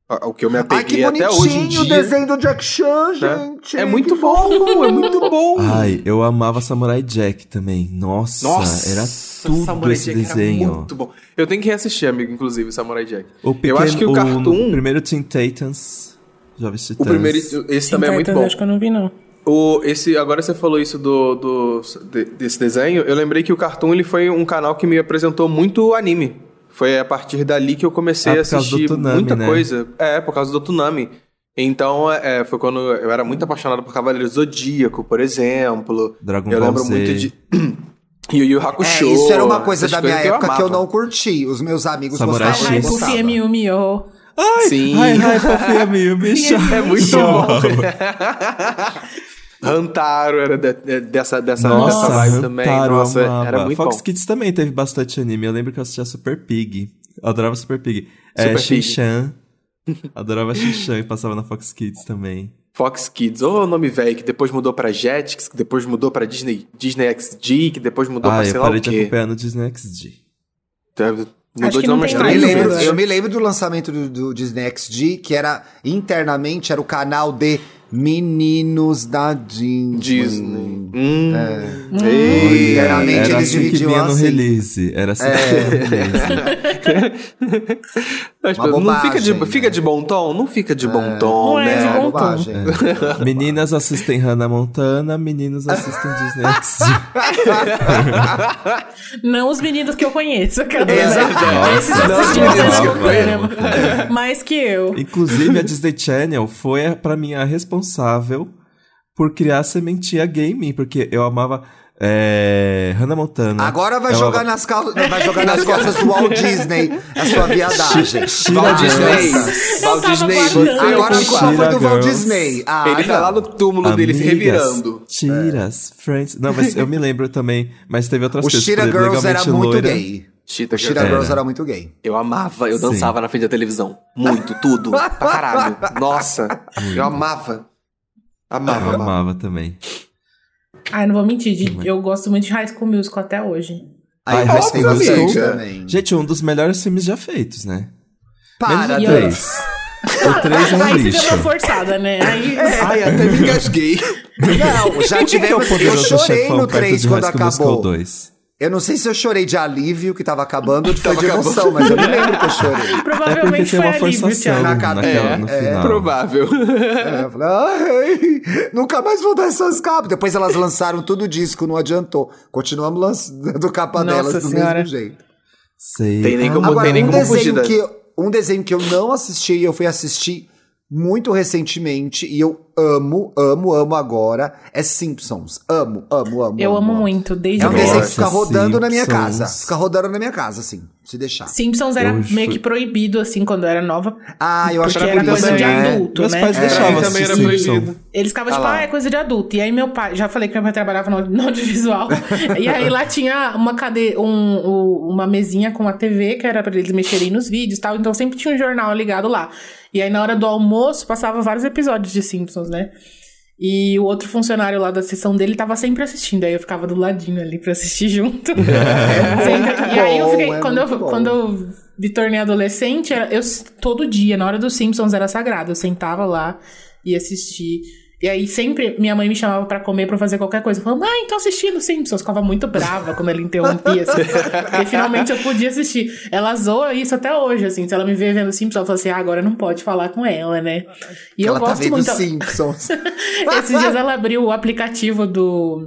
Speaker 2: a- o que eu me
Speaker 4: Ai, que
Speaker 2: apeguei até hoje em
Speaker 4: bonitinho o
Speaker 2: dia.
Speaker 4: desenho do Jack Chan, gente.
Speaker 2: É muito
Speaker 4: Que
Speaker 2: bom, é muito bom.
Speaker 1: Ai, eu amava Samurai Jack também. Nossa,
Speaker 2: Nossa,
Speaker 1: era tudo
Speaker 2: Samurai
Speaker 1: esse
Speaker 2: Jack
Speaker 1: desenho.
Speaker 2: Era muito bom. Eu tenho que reassistir, amigo, inclusive, Samurai Jack.
Speaker 1: o pequeno,
Speaker 2: acho que o Cartoon-
Speaker 1: primeiro Teen Titans. Jovens
Speaker 2: O
Speaker 4: Tá.
Speaker 1: Titãs.
Speaker 2: primeiro, esse também é
Speaker 3: Teen
Speaker 2: muito
Speaker 3: Titans,
Speaker 2: bom.
Speaker 3: Acho que eu não vi, não.
Speaker 2: O, esse, agora você falou isso do, do- de- desse desenho, eu lembrei que o Cartoon ele foi um canal que me apresentou muito anime. Foi a partir dali que eu comecei
Speaker 1: Ah,
Speaker 2: a
Speaker 1: por causa
Speaker 2: assistir
Speaker 1: do Toonami,
Speaker 2: muita
Speaker 1: né?
Speaker 2: coisa. É, por causa do Tsunami. Então, é, é, foi quando eu era muito apaixonado por Cavaleiro Zodíaco, por exemplo.
Speaker 1: Dragon
Speaker 2: eu
Speaker 1: Ball
Speaker 2: lembro
Speaker 1: Z.
Speaker 2: muito de Yu Yu Hakusho.
Speaker 4: É, isso era uma coisa
Speaker 2: essas
Speaker 4: da minha
Speaker 2: coisas
Speaker 4: época que eu
Speaker 2: amava.
Speaker 4: não curti. Os meus amigos
Speaker 1: Samurai
Speaker 4: gostavam,
Speaker 1: X.
Speaker 4: eu
Speaker 3: Ai,
Speaker 4: não gostava.
Speaker 3: confia me humilhou.
Speaker 1: Ai,
Speaker 2: Sim.
Speaker 1: Ai, ai, fofinha minha, bicha.
Speaker 2: É muito
Speaker 1: Show.
Speaker 2: bom. Rantaro era de- de- dessa, dessa,
Speaker 1: Nossa,
Speaker 2: dessa vibe também.
Speaker 1: Rantaro,
Speaker 2: Nossa,
Speaker 1: eu amava.
Speaker 2: era muito
Speaker 1: Fox
Speaker 2: bom.
Speaker 1: Kids também teve bastante anime. Eu lembro que eu assistia Super Pig. Eu adorava Super Pig. é,
Speaker 2: Super Pig.
Speaker 1: Shin-Chan. Adorava Shin-Chan e passava na Fox Kids também.
Speaker 2: Fox Kids, ou o nome velho, que depois mudou pra Jetix, que depois mudou pra Disney, Disney XD, que depois mudou
Speaker 1: ah,
Speaker 2: pra
Speaker 1: eu
Speaker 2: sei lá
Speaker 1: parei
Speaker 2: o
Speaker 1: de
Speaker 2: quê.
Speaker 1: acompanhar no Disney XD.
Speaker 2: Então,
Speaker 3: Acho
Speaker 2: Mudou
Speaker 3: que
Speaker 2: de
Speaker 3: não
Speaker 2: nome umas
Speaker 1: é
Speaker 3: tem
Speaker 4: Eu me,
Speaker 2: três
Speaker 3: mais,
Speaker 4: lembro,
Speaker 2: vezes.
Speaker 4: eu me lembro do lançamento do, do Disney XD, que era internamente era o canal de Meninos da Disney. Né,
Speaker 2: Disney. Hum.
Speaker 4: É.
Speaker 2: Ei.
Speaker 4: Literalmente
Speaker 1: Era
Speaker 4: eles
Speaker 1: assim que
Speaker 4: dividiam
Speaker 1: vinha no
Speaker 4: assim.
Speaker 1: release. Era assim que vinha no
Speaker 2: É.
Speaker 1: release.
Speaker 2: Mas,
Speaker 4: Uma
Speaker 2: não
Speaker 4: bobagem,
Speaker 2: fica de,
Speaker 4: né?
Speaker 2: fica de bom tom? Não fica de bom tom,
Speaker 3: Não é de
Speaker 2: né?
Speaker 4: É,
Speaker 3: bom
Speaker 4: bobagem.
Speaker 1: É. Meninas assistem Hannah Montana, meninos assistem Disney XD.
Speaker 3: Não os meninos que eu conheço. aquela-
Speaker 2: Exato.
Speaker 3: Esses
Speaker 2: Não os
Speaker 3: assistiram
Speaker 2: meninos que eu
Speaker 3: Hannah Montana mais que eu.
Speaker 1: Inclusive, a Disney Channel foi, a- pra mim, a responsável por criar a sementia gay em mim, porque eu amava é, Hannah Montana.
Speaker 4: Agora vai
Speaker 1: Eu
Speaker 4: jogar
Speaker 1: amava-
Speaker 4: nas, cal... vai jogar nas costas do Walt Disney a sua viadagem.
Speaker 1: Tira
Speaker 2: Walt
Speaker 1: a
Speaker 2: Disney.
Speaker 1: dança.
Speaker 3: Eu
Speaker 2: Walt
Speaker 3: tava
Speaker 2: Disney.
Speaker 3: aguardando.
Speaker 2: você é o
Speaker 4: Agora a
Speaker 1: Tira
Speaker 4: culpa
Speaker 2: culpado.
Speaker 4: foi do Walt
Speaker 1: girls.
Speaker 4: Disney. Ah,
Speaker 2: Ele tá
Speaker 4: não.
Speaker 2: lá no túmulo dele se
Speaker 1: Amigas,
Speaker 2: revirando.
Speaker 1: Tiras, Friends. Não, mas eu me lembro também. Mas teve outras
Speaker 4: É. O
Speaker 1: coisas.
Speaker 4: Shira
Speaker 1: tipo,
Speaker 4: Girls era
Speaker 1: Legalmente
Speaker 4: muito
Speaker 1: Loira.
Speaker 4: gay.
Speaker 2: Cheetah
Speaker 4: O Shira
Speaker 1: É.
Speaker 2: Girls.
Speaker 4: Girls era muito gay.
Speaker 2: Eu amava, eu
Speaker 1: Sim.
Speaker 2: dançava na frente da televisão. Muito, tudo. Pra caralho. Nossa, eu amava. Amava,
Speaker 1: Eu
Speaker 2: amava.
Speaker 1: amava também.
Speaker 3: Ai, não vou mentir. de- eu gosto muito de High School Musical até hoje.
Speaker 4: Aí
Speaker 1: Ai,
Speaker 4: eu gostei
Speaker 2: obviamente,
Speaker 4: bastante
Speaker 2: é.
Speaker 4: também.
Speaker 1: Gente, um dos melhores filmes já feitos, né? Menos
Speaker 4: Para,
Speaker 1: o
Speaker 3: Deus.
Speaker 1: 3.
Speaker 4: Deus.
Speaker 1: O 3 é um
Speaker 3: Aí você deu uma
Speaker 1: lixo.
Speaker 3: forçada, né? Aí...
Speaker 2: Ai, até me engasguei.
Speaker 4: Não, já tivemos. Eu
Speaker 1: é Poderoso
Speaker 4: chorei
Speaker 1: Chefão
Speaker 4: no
Speaker 1: perto
Speaker 4: 3
Speaker 1: de
Speaker 4: quando
Speaker 1: High School Musical É
Speaker 4: acabou.
Speaker 1: 2.
Speaker 4: Eu não sei se eu chorei de alívio que tava acabando ou de foi
Speaker 2: Tava
Speaker 4: de emoção, mas eu não lembro que eu chorei.
Speaker 1: É porque
Speaker 3: Provavelmente
Speaker 1: tem
Speaker 3: foi
Speaker 1: uma
Speaker 3: alívio,
Speaker 1: forçação né?
Speaker 3: Thiago.
Speaker 4: Na cara-
Speaker 1: naquela, no
Speaker 4: é, é,
Speaker 1: final.
Speaker 2: Provável.
Speaker 4: É, eu falei, ai, nunca mais vou dar essas capas. Depois elas lançaram tudo o disco, não adiantou. Continuamos lançando capa
Speaker 3: Nossa
Speaker 4: delas do
Speaker 3: Senhora.
Speaker 4: mesmo jeito.
Speaker 1: Sei.
Speaker 2: Tem nem como-
Speaker 4: Agora,
Speaker 2: tem nem
Speaker 4: um
Speaker 2: como fugir
Speaker 4: desenho,
Speaker 2: da-
Speaker 4: que, um desenho que eu não assisti e eu fui assistir muito recentemente e eu amo, amo, amo agora é Simpsons. Amo, amo, amo.
Speaker 3: Eu amo muito, desde
Speaker 4: É um
Speaker 3: que-
Speaker 4: desenho que
Speaker 1: Nossa,
Speaker 4: fica rodando na minha
Speaker 1: Simpsons.
Speaker 4: casa. Fica rodando na minha casa, assim, se deixar.
Speaker 3: Simpsons era
Speaker 1: Eu
Speaker 3: meio
Speaker 1: fui-
Speaker 3: que proibido, assim, quando eu era nova.
Speaker 4: Ah, eu
Speaker 3: Porque
Speaker 4: acho que
Speaker 3: era
Speaker 4: por isso,
Speaker 3: coisa de
Speaker 4: né?
Speaker 3: adulto,
Speaker 1: Meus
Speaker 3: né?
Speaker 1: pais
Speaker 3: É.
Speaker 1: deixavam
Speaker 2: Pra mim também
Speaker 1: assistir
Speaker 2: era
Speaker 1: Simpson.
Speaker 2: proibido.
Speaker 3: Eles ficavam,
Speaker 2: Ah
Speaker 3: tipo,
Speaker 2: lá.
Speaker 3: ah, é coisa de adulto. E aí meu pai, já falei que meu pai trabalhava no, no audiovisual. e aí lá tinha uma cadeira, uma mesinha com a TV que era pra eles mexerem nos vídeos e tal. Então sempre tinha um jornal ligado lá. E aí na hora do almoço passava vários episódios de Simpsons, né? E o outro funcionário lá da sessão dele tava sempre assistindo. Aí eu ficava do ladinho ali pra assistir junto. Sempre. E aí eu
Speaker 4: bom,
Speaker 3: fiquei.
Speaker 4: é
Speaker 3: quando, eu,
Speaker 4: muito bom.
Speaker 3: quando eu me tornei adolescente, era- eu, s- todo dia, na hora dos Simpsons, era sagrado. Eu sentava lá e assistia. E aí sempre minha mãe me chamava pra comer, pra fazer qualquer coisa. Eu falava, mãe, tô assistindo Simpsons. Ficava muito brava quando ela interrompia, assim. Porque finalmente eu podia assistir. Ela zoa isso até hoje, assim. Se ela me vê vendo Simpsons, ela fala assim, ah, agora não pode falar com ela, né? E
Speaker 4: ela
Speaker 3: eu gosto
Speaker 4: tá vendo
Speaker 3: muito...
Speaker 4: Simpsons.
Speaker 3: Esses dias ela abriu o aplicativo do,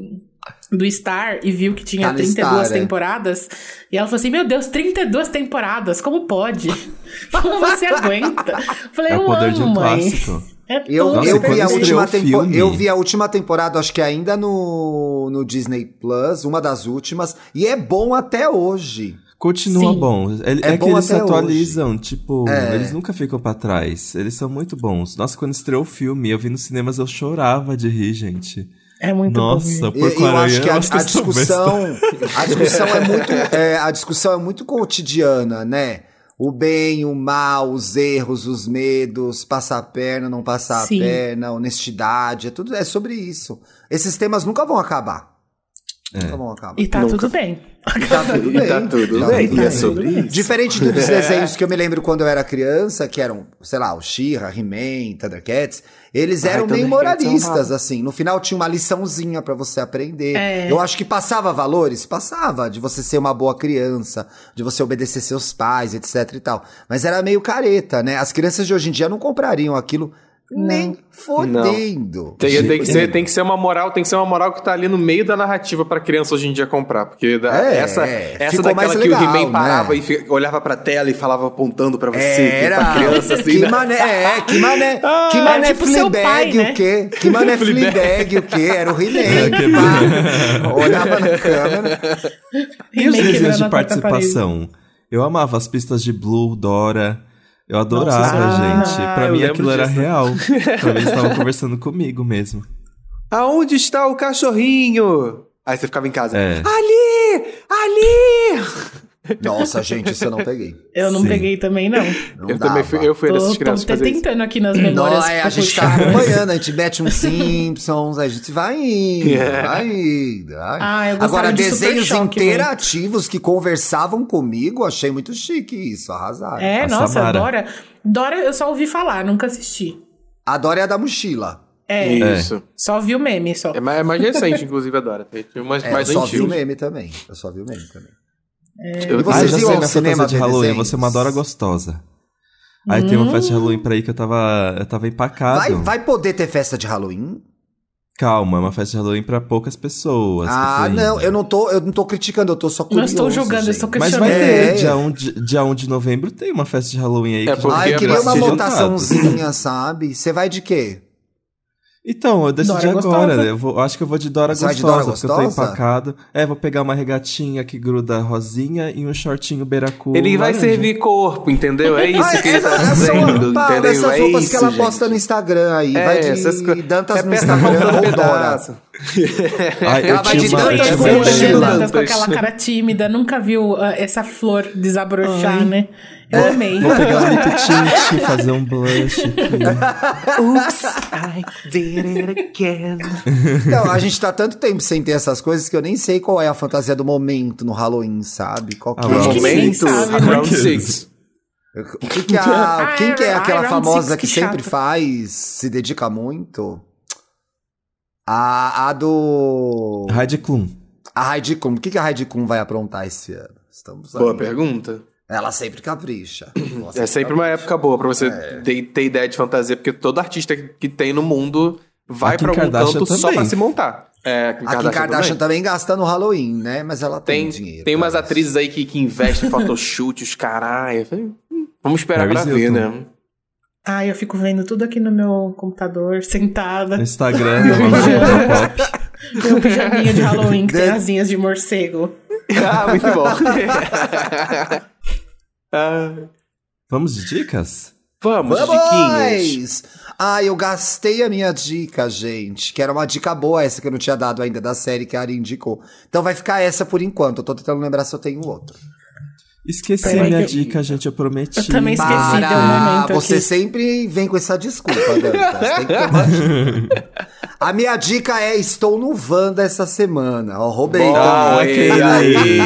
Speaker 3: do Star e viu que tinha
Speaker 4: Tá no
Speaker 3: 32
Speaker 4: Star, é.
Speaker 3: temporadas. E ela falou assim: Meu Deus, 32 temporadas? Como pode? Como você aguenta? Eu Falei,
Speaker 1: É o
Speaker 3: eu
Speaker 1: poder de
Speaker 3: amo,
Speaker 1: um
Speaker 3: mãe.
Speaker 1: clássico.
Speaker 3: É
Speaker 4: Eu,
Speaker 3: tudo.
Speaker 1: Nossa,
Speaker 4: eu,
Speaker 1: quando
Speaker 4: vi a
Speaker 1: estreou
Speaker 4: última
Speaker 1: o
Speaker 4: tempo-
Speaker 1: filme-
Speaker 4: eu vi a última temporada, acho que ainda no, no Disney Plus, uma das últimas, e é bom até hoje.
Speaker 1: Continua
Speaker 3: Sim.
Speaker 1: bom. Ele-
Speaker 4: É
Speaker 1: É,
Speaker 4: bom
Speaker 1: que eles se
Speaker 4: até hoje. É.
Speaker 1: atualizam, tipo, eles nunca ficam pra trás. Eles são muito bons. Nossa, quando estreou o filme, eu vi nos cinemas, eu chorava de rir, gente.
Speaker 3: É muito
Speaker 1: Nossa,
Speaker 3: bom.
Speaker 4: E- Eu,
Speaker 1: porco aranha,
Speaker 4: acho que é a, a
Speaker 1: eu sou besta.
Speaker 4: discussão, a discussão é muito, é, a discussão é muito cotidiana, né? O bem, o mal, os erros, os medos, passar a perna, não passar
Speaker 3: Sim.
Speaker 4: a perna, honestidade, é tudo é sobre isso. Esses temas nunca vão acabar. Nunca vão acabar.
Speaker 3: E tá
Speaker 2: Nunca.
Speaker 3: tudo bem.
Speaker 4: tá tudo
Speaker 2: E tá tudo
Speaker 4: Tá
Speaker 2: bem.
Speaker 4: tudo
Speaker 2: E é
Speaker 4: bem.
Speaker 2: sobre isso. É.
Speaker 4: Diferente dos desenhos que eu me lembro quando eu era criança, que eram, sei lá, o She-Ra, He-Man, Thundercats, eles
Speaker 2: Ai,
Speaker 4: eram meio
Speaker 2: Thundercats, eu
Speaker 4: moralistas,
Speaker 2: amava.
Speaker 4: assim. No final tinha uma liçãozinha pra você aprender.
Speaker 3: É.
Speaker 4: Eu acho que passava valores, passava, de você ser uma boa criança, de você obedecer seus pais, etc e tal. Mas era meio careta, né? As crianças de hoje em dia não comprariam aquilo nem fodendo.
Speaker 2: Tem, tem que ser, tem que ser uma moral, tem que ser uma moral que tá ali no meio da narrativa pra criança hoje em dia comprar. Porque da-
Speaker 4: É,
Speaker 2: essa,
Speaker 4: é.
Speaker 2: essa
Speaker 4: Ficou
Speaker 2: daquela
Speaker 4: mais
Speaker 2: que
Speaker 4: legal,
Speaker 2: o He-Man parava
Speaker 4: né? É,
Speaker 2: e fi- olhava pra tela e falava apontando pra você, que
Speaker 4: Era.
Speaker 2: pra criança, assim,
Speaker 4: que
Speaker 2: né?
Speaker 4: mané, é, que mané, que mané
Speaker 3: é tipo seu pai,
Speaker 4: Fleabag
Speaker 3: né? É,
Speaker 4: o quê? Que mané Fleabag o quê? Era o He-Man,
Speaker 1: que
Speaker 4: pá. Olhava na câmera.
Speaker 1: E os
Speaker 3: Remake né,
Speaker 1: desenhos
Speaker 3: quebrando
Speaker 1: de
Speaker 3: tá a quarta
Speaker 1: participação? Eu amava as pistas de Blue, Dora. Eu adorava,
Speaker 2: Senhora.
Speaker 1: gente.
Speaker 2: Ah,
Speaker 1: Pra
Speaker 2: eu
Speaker 1: mim
Speaker 2: lembro
Speaker 1: aquilo era
Speaker 2: disso.
Speaker 1: real. Pra mim eles estavam conversando comigo mesmo.
Speaker 2: Aonde está o cachorrinho? Aí você ficava em casa.
Speaker 1: É.
Speaker 2: Ali! Ali!
Speaker 4: Nossa, gente, isso eu não peguei.
Speaker 3: parede. Eu não
Speaker 1: Sim.
Speaker 3: peguei também, não.
Speaker 4: Não
Speaker 2: eu
Speaker 4: dava.
Speaker 2: também fui, eu assim, fui
Speaker 3: Tô,
Speaker 2: dessas
Speaker 3: tô
Speaker 2: crianças que
Speaker 3: até
Speaker 2: faziam isso.
Speaker 3: tentando aqui nas memórias.
Speaker 4: Não, é, a
Speaker 3: pra
Speaker 4: gente tá
Speaker 3: puxar, mas-
Speaker 4: acompanhando, a gente mete um Simpsons, a gente vai indo, vai indo. vai.
Speaker 3: É. Ah, eu gostava
Speaker 4: Agora,
Speaker 3: de Super
Speaker 4: desenhos
Speaker 3: Choque, né? mãe.
Speaker 4: interativos que conversavam comigo, achei muito chique isso, arrasaram.
Speaker 3: É,
Speaker 1: A
Speaker 3: nossa,
Speaker 1: Samara.
Speaker 3: Dora. Dora eu só ouvi falar, nunca assisti.
Speaker 4: A Dora é a da mochila.
Speaker 3: É,
Speaker 2: Isso.
Speaker 3: só vi o meme, só.
Speaker 2: É, mais, é mais recente, inclusive, a Dora. Tem tem umas
Speaker 4: É, eu
Speaker 2: mais
Speaker 4: só vi o
Speaker 2: antigas.
Speaker 4: meme também. Eu só vi o meme também.
Speaker 2: Eu-
Speaker 4: né?
Speaker 2: assim,
Speaker 4: E você- Vocês
Speaker 1: ah, já
Speaker 4: iam
Speaker 1: sei
Speaker 4: ao
Speaker 1: minha
Speaker 4: cinema
Speaker 1: fantasia de
Speaker 4: ver
Speaker 1: Halloween,
Speaker 4: desenhos?
Speaker 1: você é uma Dora gostosa. Aí tem
Speaker 3: Hum,
Speaker 1: uma festa de Halloween pra ir que eu tava, eu tava empacado.
Speaker 4: Vai, vai poder ter festa de Halloween?
Speaker 1: Calma, é uma festa de Halloween pra poucas pessoas.
Speaker 4: ah,
Speaker 1: que tem.
Speaker 2: né?
Speaker 4: não, eu não tô, eu não tô criticando, eu tô só
Speaker 3: Não
Speaker 4: curioso.
Speaker 3: estou julgando, eu
Speaker 4: gente.
Speaker 3: estou
Speaker 1: Mas vai
Speaker 3: questionando.
Speaker 4: É.
Speaker 1: ter, dia 1, de, dia 1 de novembro tem uma festa de Halloween aí.
Speaker 2: É,
Speaker 1: que já
Speaker 2: porque
Speaker 4: Ah, eu
Speaker 1: tá
Speaker 4: queria uma
Speaker 1: sendo
Speaker 4: montaçãozinha, sabe? Você vai de quê?
Speaker 1: Então, eu decidi
Speaker 3: Dora Gostosa.
Speaker 1: agora, né? Eu vou- eu acho que eu vou de Dora
Speaker 4: Você vai de
Speaker 1: Gostosa,
Speaker 4: Dora
Speaker 1: porque eu tô
Speaker 4: Gostosa?
Speaker 1: empacado. É, vou pegar uma regatinha que gruda rosinha e um shortinho beiracu.
Speaker 2: Ele vai
Speaker 1: laranja.
Speaker 2: servir corpo, entendeu? É isso
Speaker 4: Ah,
Speaker 2: que ele tá
Speaker 4: essa- essa
Speaker 2: dizendo,
Speaker 4: roupa,
Speaker 2: entendeu?
Speaker 4: dessas
Speaker 2: é
Speaker 4: roupas
Speaker 2: isso,
Speaker 4: que ela
Speaker 2: gente.
Speaker 4: posta no Instagram aí.
Speaker 2: É,
Speaker 4: vai de
Speaker 2: essas co-
Speaker 4: Dantas
Speaker 2: É
Speaker 4: no
Speaker 2: peça faltando
Speaker 4: Instagram ou Dora.
Speaker 2: pedaço.
Speaker 1: Aí eu
Speaker 2: Ela vai
Speaker 1: tinha
Speaker 2: de
Speaker 1: uma-
Speaker 3: Não,
Speaker 2: tantas
Speaker 3: e
Speaker 1: eu tinha uma-
Speaker 3: as
Speaker 2: roupas,
Speaker 3: mochilas,
Speaker 2: Dantas.
Speaker 3: elas com aquela cara tímida, nunca viu ah, essa flor desabrochar, né? Eu
Speaker 2: É.
Speaker 3: amei.
Speaker 1: Vou pegar um lip tint, fazer um blush aqui.
Speaker 4: Então, a gente tá tanto tempo sem ter essas coisas que eu nem sei qual é a fantasia do momento no Halloween, sabe? Qual que
Speaker 1: Ah,
Speaker 4: é?
Speaker 2: No
Speaker 1: Acho que
Speaker 3: sim,
Speaker 2: momento,
Speaker 3: sabe?
Speaker 2: round six.
Speaker 4: O que que a,
Speaker 3: Ah,
Speaker 4: quem que é
Speaker 3: Iron-
Speaker 4: aquela
Speaker 3: Iron
Speaker 4: famosa
Speaker 3: Six,
Speaker 4: que
Speaker 3: que
Speaker 4: sempre
Speaker 3: chato.
Speaker 4: faz, se dedica muito? A, a do...
Speaker 1: Heidi Klum.
Speaker 4: A Heidi Klum. O que que a Heidi Klum vai aprontar esse ano? Estamos
Speaker 2: Boa
Speaker 4: aí.
Speaker 2: pergunta.
Speaker 4: Ela sempre capricha. Ela
Speaker 2: É sempre uma época boa pra você ter, ter ideia de fantasia, porque todo artista que- que tem no mundo vai
Speaker 1: A Kim
Speaker 2: pra algum
Speaker 1: Kardashian
Speaker 2: canto só
Speaker 1: também.
Speaker 2: pra se montar. É, a Kim
Speaker 4: A Kim Kardashian também gasta no Halloween, né? Mas ela tem,
Speaker 2: Tem,
Speaker 4: dinheiro.
Speaker 2: tem umas
Speaker 4: pra isso.
Speaker 2: atrizes aí que, que investem em photoshoot, os caralho. Eu falei, hum, Vamos esperar
Speaker 1: Paris
Speaker 2: pra ver,
Speaker 1: Hilton.
Speaker 2: né?
Speaker 3: Ai, eu fico vendo tudo aqui no meu computador, sentada.
Speaker 1: No Instagram, na loja do pop.
Speaker 3: Meu pijaminha um de Halloween que tem
Speaker 4: The-
Speaker 3: asinhas de morcego.
Speaker 2: ah, muito bom. Ah,
Speaker 1: Vamos de dicas?
Speaker 2: vamos,
Speaker 4: Vamos!
Speaker 2: diquinhas.
Speaker 4: Ah, eu gastei a minha dica, gente. Que era uma dica boa essa que eu não tinha dado ainda da série que a Ari indicou. Então vai ficar essa por enquanto. Eu tô tentando lembrar se eu tenho outra.
Speaker 1: Esqueci
Speaker 3: Peraí
Speaker 1: minha
Speaker 3: que eu-
Speaker 1: dica, gente, eu prometi.
Speaker 3: Eu também esqueci,
Speaker 4: Para!
Speaker 3: deu um momento
Speaker 4: Você
Speaker 3: aqui.
Speaker 4: sempre vem com essa desculpa, Dantas. Tem que tomar dica. A minha dica é: estou no Wanda essa semana. Ó, roubei. então,
Speaker 2: Bom,
Speaker 1: Ah, querida.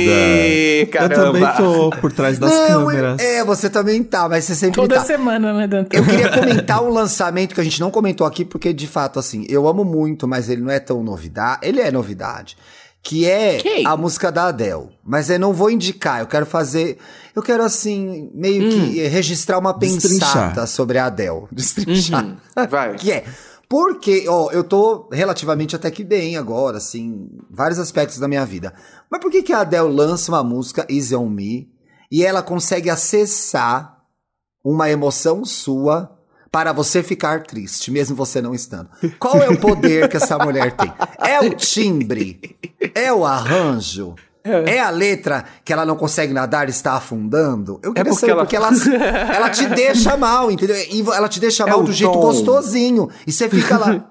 Speaker 2: aí,
Speaker 1: Eu
Speaker 2: caramba.
Speaker 1: também tô por trás das
Speaker 4: Não,
Speaker 1: câmeras.
Speaker 4: é, você também tá, mas você sempre
Speaker 3: Toda
Speaker 4: tá.
Speaker 3: semana, né, Dante?
Speaker 4: Eu queria comentar um lançamento que a gente não comentou aqui, porque de fato, assim, eu amo muito, mas ele não é tão novidade. Ele é novidade. Que é
Speaker 2: Quem?
Speaker 4: a música da Adele. Mas eu não vou indicar, eu quero fazer. Eu quero, assim, meio
Speaker 3: Hum.
Speaker 4: que registrar uma
Speaker 1: Destrinchar.
Speaker 4: pensada sobre a Adele. Destrinchar.
Speaker 2: Uhum, Vai.
Speaker 4: Que é. Porque, ó, eu tô relativamente até que bem agora, assim, vários aspectos da minha vida. Mas por que, que a Adele lança uma música Easy on Me e ela consegue acessar uma emoção sua para você ficar triste, mesmo você não estando? Qual é o poder que essa mulher tem? É o timbre? É o arranjo? É a letra que ela não consegue nadar e está afundando? Eu
Speaker 2: É
Speaker 4: queria
Speaker 2: porque
Speaker 4: saber
Speaker 2: ela-
Speaker 4: porque ela, ela te deixa mal, entendeu? E vo- Ela te deixa
Speaker 2: É
Speaker 4: mal
Speaker 2: o
Speaker 4: do jeito
Speaker 2: tom.
Speaker 4: gostosinho. E você fica lá.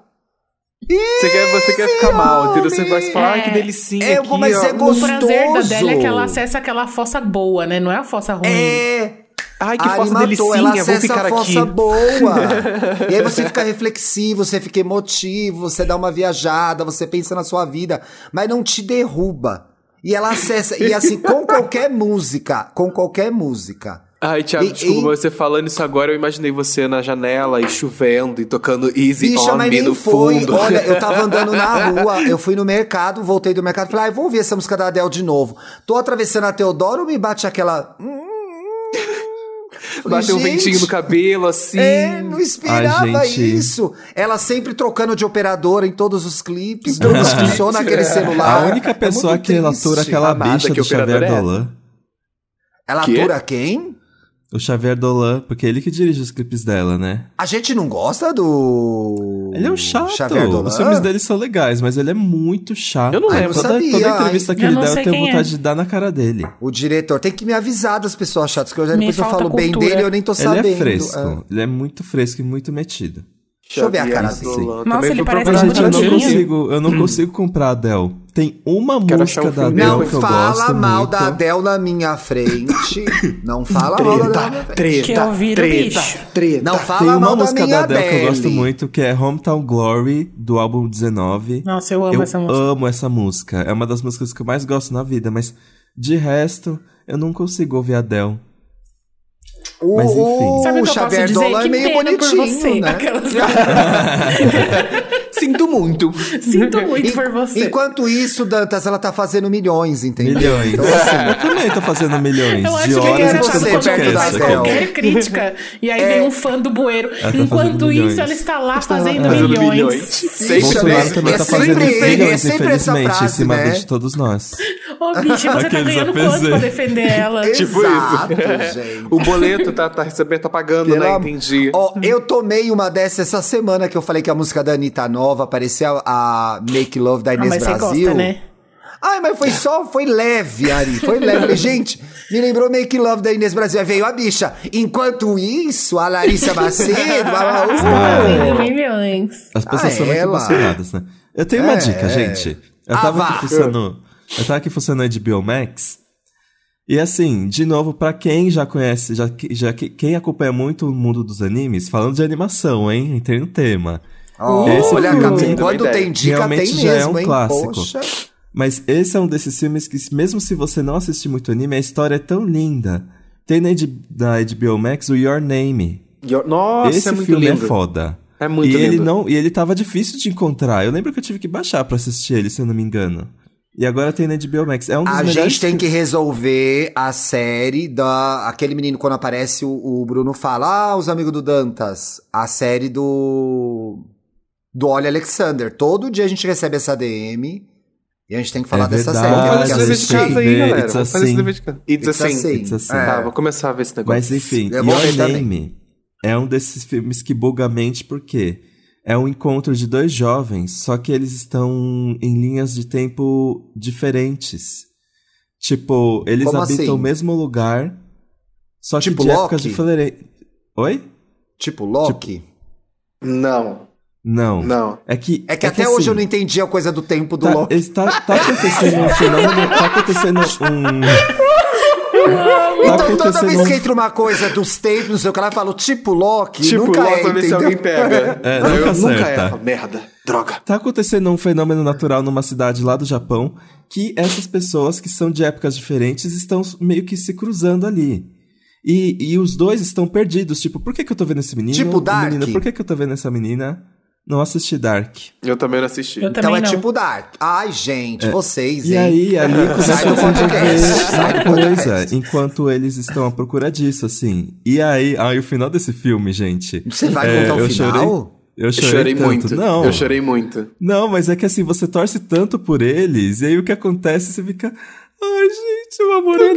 Speaker 2: Você quer, você quer ficar mal, entendeu? Você
Speaker 4: homem.
Speaker 2: vai falar, ai, que
Speaker 3: É.
Speaker 2: delicinha
Speaker 4: É,
Speaker 2: aqui,
Speaker 4: mas é
Speaker 2: ó.
Speaker 3: O prazer da
Speaker 4: gostoso.
Speaker 3: Adele é que ela acessa aquela fossa boa, né? Não é a fossa ruim.
Speaker 4: É.
Speaker 2: Ai, que
Speaker 4: Ari
Speaker 2: fossa
Speaker 4: matou, ela
Speaker 2: delicinha, vou
Speaker 4: acessa
Speaker 2: ficar
Speaker 4: a
Speaker 2: aqui.
Speaker 4: fossa boa. e aí você fica reflexivo, você fica emotivo, você dá uma viajada, você pensa na sua vida, mas não te derruba. E ela acessa, e assim, com qualquer música, com qualquer música.
Speaker 2: Ai, Thiago,
Speaker 4: E-
Speaker 2: desculpa,
Speaker 4: e-
Speaker 2: mas você falando isso agora, eu imaginei você na janela e chovendo e tocando Easy
Speaker 4: Bicha,
Speaker 2: On
Speaker 4: mas
Speaker 2: Me
Speaker 4: nem
Speaker 2: no
Speaker 4: foi.
Speaker 2: fundo.
Speaker 4: Olha, eu tava andando na rua, eu fui no mercado, voltei do mercado, falei, ah, eu vou ouvir essa música da Adele de novo. Tô atravessando a Teodoro, me bate aquela. "Hum,
Speaker 2: Bateu um
Speaker 4: Gente.
Speaker 2: ventinho no cabelo, assim.
Speaker 4: É, não esperava
Speaker 1: Ai, gente.
Speaker 4: isso. Ela sempre trocando de operadora em todos os clipes, não funciona aquele celular.
Speaker 1: A única pessoa
Speaker 4: é
Speaker 1: que relatou
Speaker 4: triste.
Speaker 1: aquela
Speaker 2: Amada,
Speaker 1: bicha
Speaker 2: que
Speaker 1: do
Speaker 2: operador
Speaker 1: Xavier
Speaker 2: é essa?
Speaker 1: Dolan.
Speaker 4: Ela
Speaker 2: Quê?
Speaker 4: atura quem?
Speaker 1: O Xavier Dolan, porque é ele que dirige os clipes dela, né?
Speaker 4: A gente não gosta do.
Speaker 1: Ele é um chato.
Speaker 4: Xavier Dolan? Ah,
Speaker 1: Os filmes dele são legais, mas ele é muito chato.
Speaker 2: Eu não lembro.
Speaker 1: Toda,
Speaker 4: Sabia,
Speaker 1: toda entrevista que
Speaker 3: Eu
Speaker 1: ele
Speaker 3: não
Speaker 1: dá, eu
Speaker 3: sei
Speaker 1: tenho
Speaker 3: quem é.
Speaker 1: vontade de dar na cara dele.
Speaker 4: O diretor tem que me avisar das pessoas chatas, que eu já
Speaker 3: Me
Speaker 4: depois eu
Speaker 3: falta
Speaker 4: falo bem
Speaker 3: cultura.
Speaker 4: dele eu nem tô
Speaker 1: Ele
Speaker 4: sabendo.
Speaker 1: é fresco.
Speaker 4: Ah.
Speaker 1: Ele é muito fresco e muito metido.
Speaker 4: Deixa eu ver a cara
Speaker 2: Xavier
Speaker 4: dele.
Speaker 2: Dolan.
Speaker 3: Nossa,
Speaker 2: Também
Speaker 3: ele
Speaker 2: fui
Speaker 3: parece
Speaker 1: Mas, gente,
Speaker 2: procurar
Speaker 1: eu não
Speaker 3: bonitinho.
Speaker 2: direitinho.
Speaker 1: consigo,
Speaker 4: Hum.
Speaker 1: eu não consigo comprar a Adele. Tem uma
Speaker 2: Quero achar
Speaker 1: música
Speaker 2: um
Speaker 1: da
Speaker 2: filme.
Speaker 1: Adele
Speaker 4: Não
Speaker 1: que eu
Speaker 4: fala
Speaker 1: gosto
Speaker 4: mal
Speaker 1: muito.
Speaker 4: da Adele na minha frente. Não fala mal da Adele na minha frente.
Speaker 3: Que eu viro bicho.
Speaker 2: treta.
Speaker 4: Não
Speaker 1: Tem
Speaker 4: fala
Speaker 1: uma
Speaker 4: mal da
Speaker 1: música
Speaker 4: minha
Speaker 1: da Adele que eu gosto
Speaker 4: Adele.
Speaker 1: muito, que é Hometown Glory, do álbum 19.
Speaker 3: Nossa, eu amo
Speaker 1: eu
Speaker 3: essa música.
Speaker 1: amo essa música. É uma das músicas que eu mais gosto na vida, mas de resto, eu não consigo ouvir a Adele.
Speaker 4: O,
Speaker 1: Mas enfim.
Speaker 3: Sabe
Speaker 4: o
Speaker 3: o que eu posso
Speaker 4: Xavier
Speaker 3: dizer?
Speaker 4: Dolan é
Speaker 3: que
Speaker 4: meio
Speaker 3: pena por você.
Speaker 4: bonitinho, né?
Speaker 3: Aquelas-
Speaker 2: Sinto muito.
Speaker 3: Sinto muito
Speaker 4: E-
Speaker 3: por você.
Speaker 4: Enquanto isso, Dantas, ela tá fazendo milhões, entendeu?
Speaker 1: Milhões.
Speaker 4: Então, assim,
Speaker 1: eu também tô fazendo milhões.
Speaker 3: Eu acho
Speaker 1: de
Speaker 3: que é
Speaker 1: horas
Speaker 3: engraçado
Speaker 1: editando
Speaker 4: você
Speaker 3: quando
Speaker 4: perto
Speaker 3: alguém
Speaker 1: podcast
Speaker 4: da
Speaker 3: faz
Speaker 1: aqui.
Speaker 4: Adele.
Speaker 3: qualquer crítica e aí
Speaker 4: É.
Speaker 3: vem um fã do bueiro.
Speaker 1: tá
Speaker 3: Enquanto
Speaker 1: fazendo
Speaker 3: isso,
Speaker 1: milhões.
Speaker 3: ela está lá fazendo
Speaker 2: Fazendo
Speaker 3: milhões.
Speaker 2: milhões. Seis
Speaker 1: Bolsonaro
Speaker 2: meses.
Speaker 1: também
Speaker 4: É
Speaker 1: tá
Speaker 4: sempre-
Speaker 1: fazendo
Speaker 4: é
Speaker 1: milhões,
Speaker 4: sempre essa
Speaker 1: infelizmente, em
Speaker 4: frase,
Speaker 1: cima
Speaker 4: né?
Speaker 1: de todos nós.
Speaker 3: Ô, bicha, você tá
Speaker 1: Aqueles
Speaker 3: ganhando quanto
Speaker 1: APZ.
Speaker 3: pra defender ela?
Speaker 2: Tipo
Speaker 4: Exato,
Speaker 2: isso.
Speaker 4: gente.
Speaker 2: O boleto tá, tá recebendo, tá pagando,
Speaker 4: Pelo
Speaker 2: né?
Speaker 4: am-
Speaker 2: Entendi.
Speaker 4: Ó, eu tomei uma dessa essa semana que eu falei que a música da Anitta nova apareceu a Make Love da
Speaker 3: Ah,
Speaker 4: Inês
Speaker 3: mas você
Speaker 4: Brasil.
Speaker 3: gosta, né?
Speaker 4: Ai, mas foi só, foi leve, Ari. Foi leve. Falei, gente, me lembrou Make Love da Inês Brasil. Aí veio a bicha. Enquanto isso, a Larissa Macedo.
Speaker 3: Ah,
Speaker 4: a-
Speaker 3: Fazendo
Speaker 4: uh,
Speaker 3: milhões.
Speaker 1: As pessoas
Speaker 4: Ah,
Speaker 1: são muito
Speaker 4: ela.
Speaker 1: emocionadas, né? Eu tenho uma
Speaker 4: É.
Speaker 1: dica, gente. Eu
Speaker 4: Ah,
Speaker 1: tava
Speaker 4: vá.
Speaker 1: aqui funcionando. Eu tava aqui funcionando de Biomax. E assim, de novo, pra quem já conhece, já, que- já que- quem acompanha muito o mundo dos animes, falando de animação, hein? Entrei no tema. Esse
Speaker 4: olha,
Speaker 1: filme
Speaker 4: Camila,
Speaker 1: também
Speaker 4: quando
Speaker 2: deve.
Speaker 4: tem dica,
Speaker 1: Realmente
Speaker 4: tem
Speaker 1: já é
Speaker 4: mesmo,
Speaker 1: um
Speaker 4: hein?
Speaker 1: clássico.
Speaker 4: Poxa.
Speaker 1: Mas esse é um desses filmes que, mesmo se você não assistir muito anime, a história é tão linda. Tem na, H- na HBO Max o Your Name.
Speaker 2: Yo- Nossa,
Speaker 1: esse
Speaker 2: é muito
Speaker 1: filme
Speaker 2: lindo.
Speaker 1: é foda.
Speaker 2: É muito
Speaker 1: e
Speaker 2: lindo.
Speaker 1: ele não E ele tava difícil de encontrar. Eu lembro que eu tive que baixar pra assistir ele, se eu não me engano. E agora tem na HBO Max. É um dos
Speaker 4: A
Speaker 1: melhores
Speaker 4: gente tem que resolver a série da. Aquele menino, quando aparece, o, o Bruno fala: Ah, os amigos do Dantas. A série do. Do Olha Alexander. Todo dia a gente recebe essa DM e a gente tem que falar
Speaker 1: É
Speaker 4: dessa
Speaker 1: verdade.
Speaker 4: série.
Speaker 2: Vamos fazer
Speaker 1: Ah,
Speaker 2: esse
Speaker 4: que
Speaker 2: dever de
Speaker 1: assistir.
Speaker 2: casa aí,
Speaker 1: Ver,
Speaker 2: galera.
Speaker 1: It's assim.
Speaker 2: Vamos
Speaker 1: a
Speaker 2: fazer esse
Speaker 1: Sin.
Speaker 2: dever de casa.
Speaker 4: It's
Speaker 2: It's, a
Speaker 4: a
Speaker 2: Sin.
Speaker 4: Sin.
Speaker 1: It's a Sin.
Speaker 4: É.
Speaker 2: Tá, vou começar a ver esse negócio.
Speaker 1: Mas enfim,
Speaker 4: Eu vou
Speaker 1: Your
Speaker 4: ver também.
Speaker 1: Name é um desses filmes que buga a mente porque é um encontro de dois jovens, só que eles estão em linhas de tempo diferentes. Tipo, eles
Speaker 4: Como
Speaker 1: habitam
Speaker 4: assim?
Speaker 1: o mesmo lugar, só que
Speaker 4: Tipo
Speaker 1: de épocas
Speaker 4: Loki?
Speaker 1: diferentes. Oi?
Speaker 4: Tipo, Loki.
Speaker 2: Não,
Speaker 1: Não.
Speaker 2: não.
Speaker 1: É que,
Speaker 4: É que até hoje
Speaker 1: assim,
Speaker 4: eu não entendi a coisa do tempo do
Speaker 1: tá,
Speaker 4: Loki.
Speaker 1: esse tá- tá acontecendo um fenômeno. Tá acontecendo um. Tá
Speaker 4: então toda
Speaker 1: acontecendo
Speaker 4: vez
Speaker 1: um-
Speaker 4: que entra uma coisa dos tempos, não sei o que lá, eu falo tipo Loki,
Speaker 2: Tipo,
Speaker 4: nunca
Speaker 2: lá
Speaker 4: é,
Speaker 2: pra ver se
Speaker 4: entendeu?
Speaker 2: alguém pega.
Speaker 1: É,
Speaker 2: Eu
Speaker 1: nunca
Speaker 2: nunca
Speaker 1: acerta.
Speaker 2: erro. Merda. Droga.
Speaker 1: Tá acontecendo um fenômeno natural numa cidade lá do Japão que essas pessoas que são de épocas diferentes estão meio que se cruzando ali. E, e os dois estão perdidos. Tipo, por que, que eu tô vendo esse menino?
Speaker 4: Tipo Dark.
Speaker 1: Menino, por que, que eu tô vendo essa menina? Não assisti Dark.
Speaker 2: Eu também não assisti.
Speaker 3: Eu
Speaker 4: Então
Speaker 3: também
Speaker 4: é
Speaker 3: não.
Speaker 4: tipo Dark. Ai, gente, vocês,
Speaker 1: É. E aí,
Speaker 4: hein?
Speaker 1: ali começa
Speaker 4: Sai
Speaker 1: a
Speaker 4: do podcast,
Speaker 1: desenvolver
Speaker 4: sai
Speaker 1: uma
Speaker 4: do
Speaker 1: coisa
Speaker 4: podcast.
Speaker 1: é, enquanto eles estão à procura disso, assim. E aí, aí o final desse filme, gente.
Speaker 4: Você vai
Speaker 1: É,
Speaker 4: contar o
Speaker 1: eu
Speaker 4: final?
Speaker 1: chorei. Eu
Speaker 2: Eu
Speaker 1: chorei,
Speaker 2: chorei
Speaker 1: tanto.
Speaker 2: muito.
Speaker 1: Não.
Speaker 2: Eu chorei muito.
Speaker 1: Não, mas é que assim, você torce tanto por eles, e aí o que acontece, você fica. Ai, gente, o amor é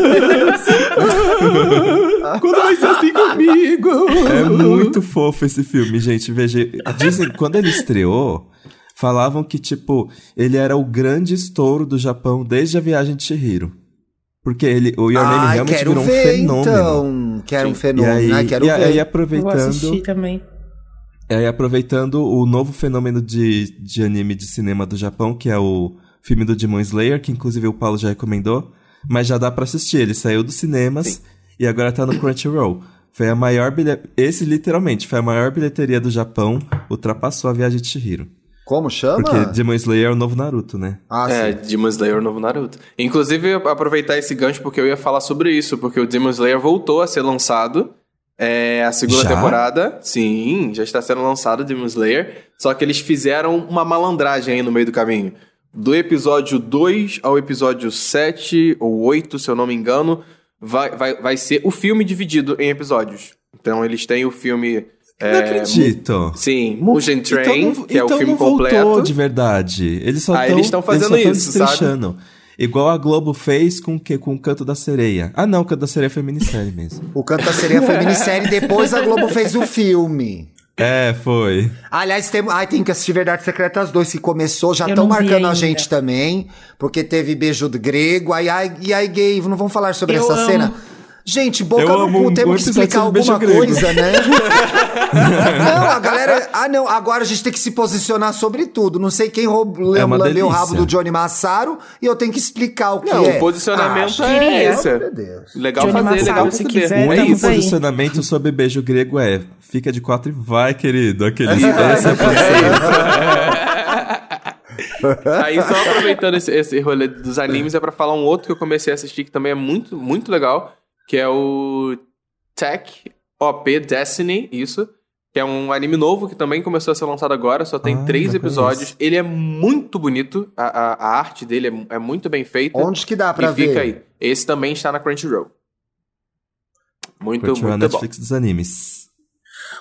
Speaker 1: lindo. Quando vai ser assim comigo? É muito fofo esse filme, gente. Veja, dizem, quando ele estreou, falavam que, tipo, ele era o grande estouro do Japão desde a viagem de Shihiro. Porque ele, o Your Name
Speaker 4: Ai,
Speaker 1: realmente
Speaker 4: quero
Speaker 1: virou um
Speaker 4: ver,
Speaker 1: fenômeno.
Speaker 4: então. Quero um
Speaker 1: E
Speaker 4: fenômeno.
Speaker 1: aí,
Speaker 4: Ai, quero
Speaker 1: e
Speaker 4: ver.
Speaker 1: aí é
Speaker 3: Eu vou
Speaker 1: aproveitando.
Speaker 3: assistir também.
Speaker 1: É, e aproveitando o novo fenômeno de, de anime de cinema do Japão, que é o filme do Demon Slayer, que inclusive o Paulo já recomendou, mas já dá pra assistir. Ele saiu dos cinemas e agora tá no Crunchyroll. Foi a maior bilhe... Esse, literalmente, foi a maior bilheteria do Japão, ultrapassou a viagem de Shihiro.
Speaker 4: Como chama?
Speaker 1: Porque Demon Slayer é o novo Naruto, né?
Speaker 4: Ah,
Speaker 2: é,
Speaker 4: sim.
Speaker 2: Demon Slayer, o novo Naruto. Inclusive, aproveitar esse gancho porque eu ia falar sobre isso, porque o Demon Slayer voltou a ser lançado. É, a segunda
Speaker 1: Já?
Speaker 2: temporada, sim, já está sendo lançado o Demon Slayer. Só que eles fizeram uma malandragem aí no meio do caminho. Do episódio 2 ao episódio 7 ou 8, se eu não me engano, vai, vai, vai ser o filme dividido em episódios. Então eles têm o filme.
Speaker 1: não
Speaker 2: é,
Speaker 1: acredito!
Speaker 2: Mu- Sim, Mugen Train,
Speaker 1: então não,
Speaker 2: que é
Speaker 1: então
Speaker 2: o filme
Speaker 1: não
Speaker 2: completo.
Speaker 1: voltou de verdade. Eles só
Speaker 2: Ah,
Speaker 1: tão-
Speaker 2: eles tão fazendo
Speaker 1: só tão
Speaker 2: isso, sabe?
Speaker 1: destrinchando. Igual a Globo fez com o quê? Com o Canto da Sereia. Ah não, o Canto da Sereia é feminissérie mesmo.
Speaker 4: O Canta Sereia foi minissérie, depois a Globo fez o filme.
Speaker 1: É, foi.
Speaker 4: Aliás, tem, ai, tem que assistir Verdades Secretas 2, que começou, já
Speaker 3: Eu
Speaker 4: estão
Speaker 3: não vi
Speaker 4: marcando a
Speaker 3: ainda.
Speaker 4: gente também, porque teve beijo do grego, ai, ai, e ai, gay, não vamos falar sobre
Speaker 3: Eu
Speaker 4: essa
Speaker 3: amo.
Speaker 4: cena. Gente, boca
Speaker 1: Eu
Speaker 4: no
Speaker 1: amo
Speaker 4: cu,
Speaker 1: um- um
Speaker 4: temos
Speaker 1: episódio
Speaker 4: que explicar
Speaker 1: sobre beijo
Speaker 4: alguma
Speaker 1: grego.
Speaker 4: coisa, né? não, a galera. Ah, não, agora a gente tem que se posicionar sobre tudo. Não sei quem roubou,
Speaker 1: É uma
Speaker 4: lambeu o rabo
Speaker 1: delícia.
Speaker 4: do Johnny Massaro e eu tenho que explicar o que
Speaker 2: Não,
Speaker 4: é.
Speaker 2: o posicionamento
Speaker 4: Ah,
Speaker 2: é
Speaker 3: queria.
Speaker 2: esse.
Speaker 4: meu Deus.
Speaker 2: Legal
Speaker 3: Johnny
Speaker 2: fazer,
Speaker 3: Massaro,
Speaker 2: legal
Speaker 3: se
Speaker 2: saber.
Speaker 3: quiser,
Speaker 1: O
Speaker 3: É,
Speaker 1: único
Speaker 3: estamos aí.
Speaker 1: posicionamento sobre beijo grego é fica de quatro e vai, querido. Aquele esse é o
Speaker 2: Aí só aproveitando esse, esse rolê dos animes, é pra falar um outro que eu comecei a assistir que também é muito, muito legal, que é o Tech OP Destiny, isso. Que é um anime novo que também começou a ser lançado agora, só tem
Speaker 1: Ah,
Speaker 2: três
Speaker 1: já
Speaker 2: episódios.
Speaker 1: conheço.
Speaker 2: Ele é muito bonito, a, a- a arte dele é, é muito bem feita.
Speaker 4: Onde que dá pra
Speaker 2: e
Speaker 4: ver?
Speaker 2: fica aí. Esse também está na Crunchyroll. Muito,
Speaker 1: Curtiu a
Speaker 4: é
Speaker 2: muito bom.
Speaker 1: Netflix dos animes.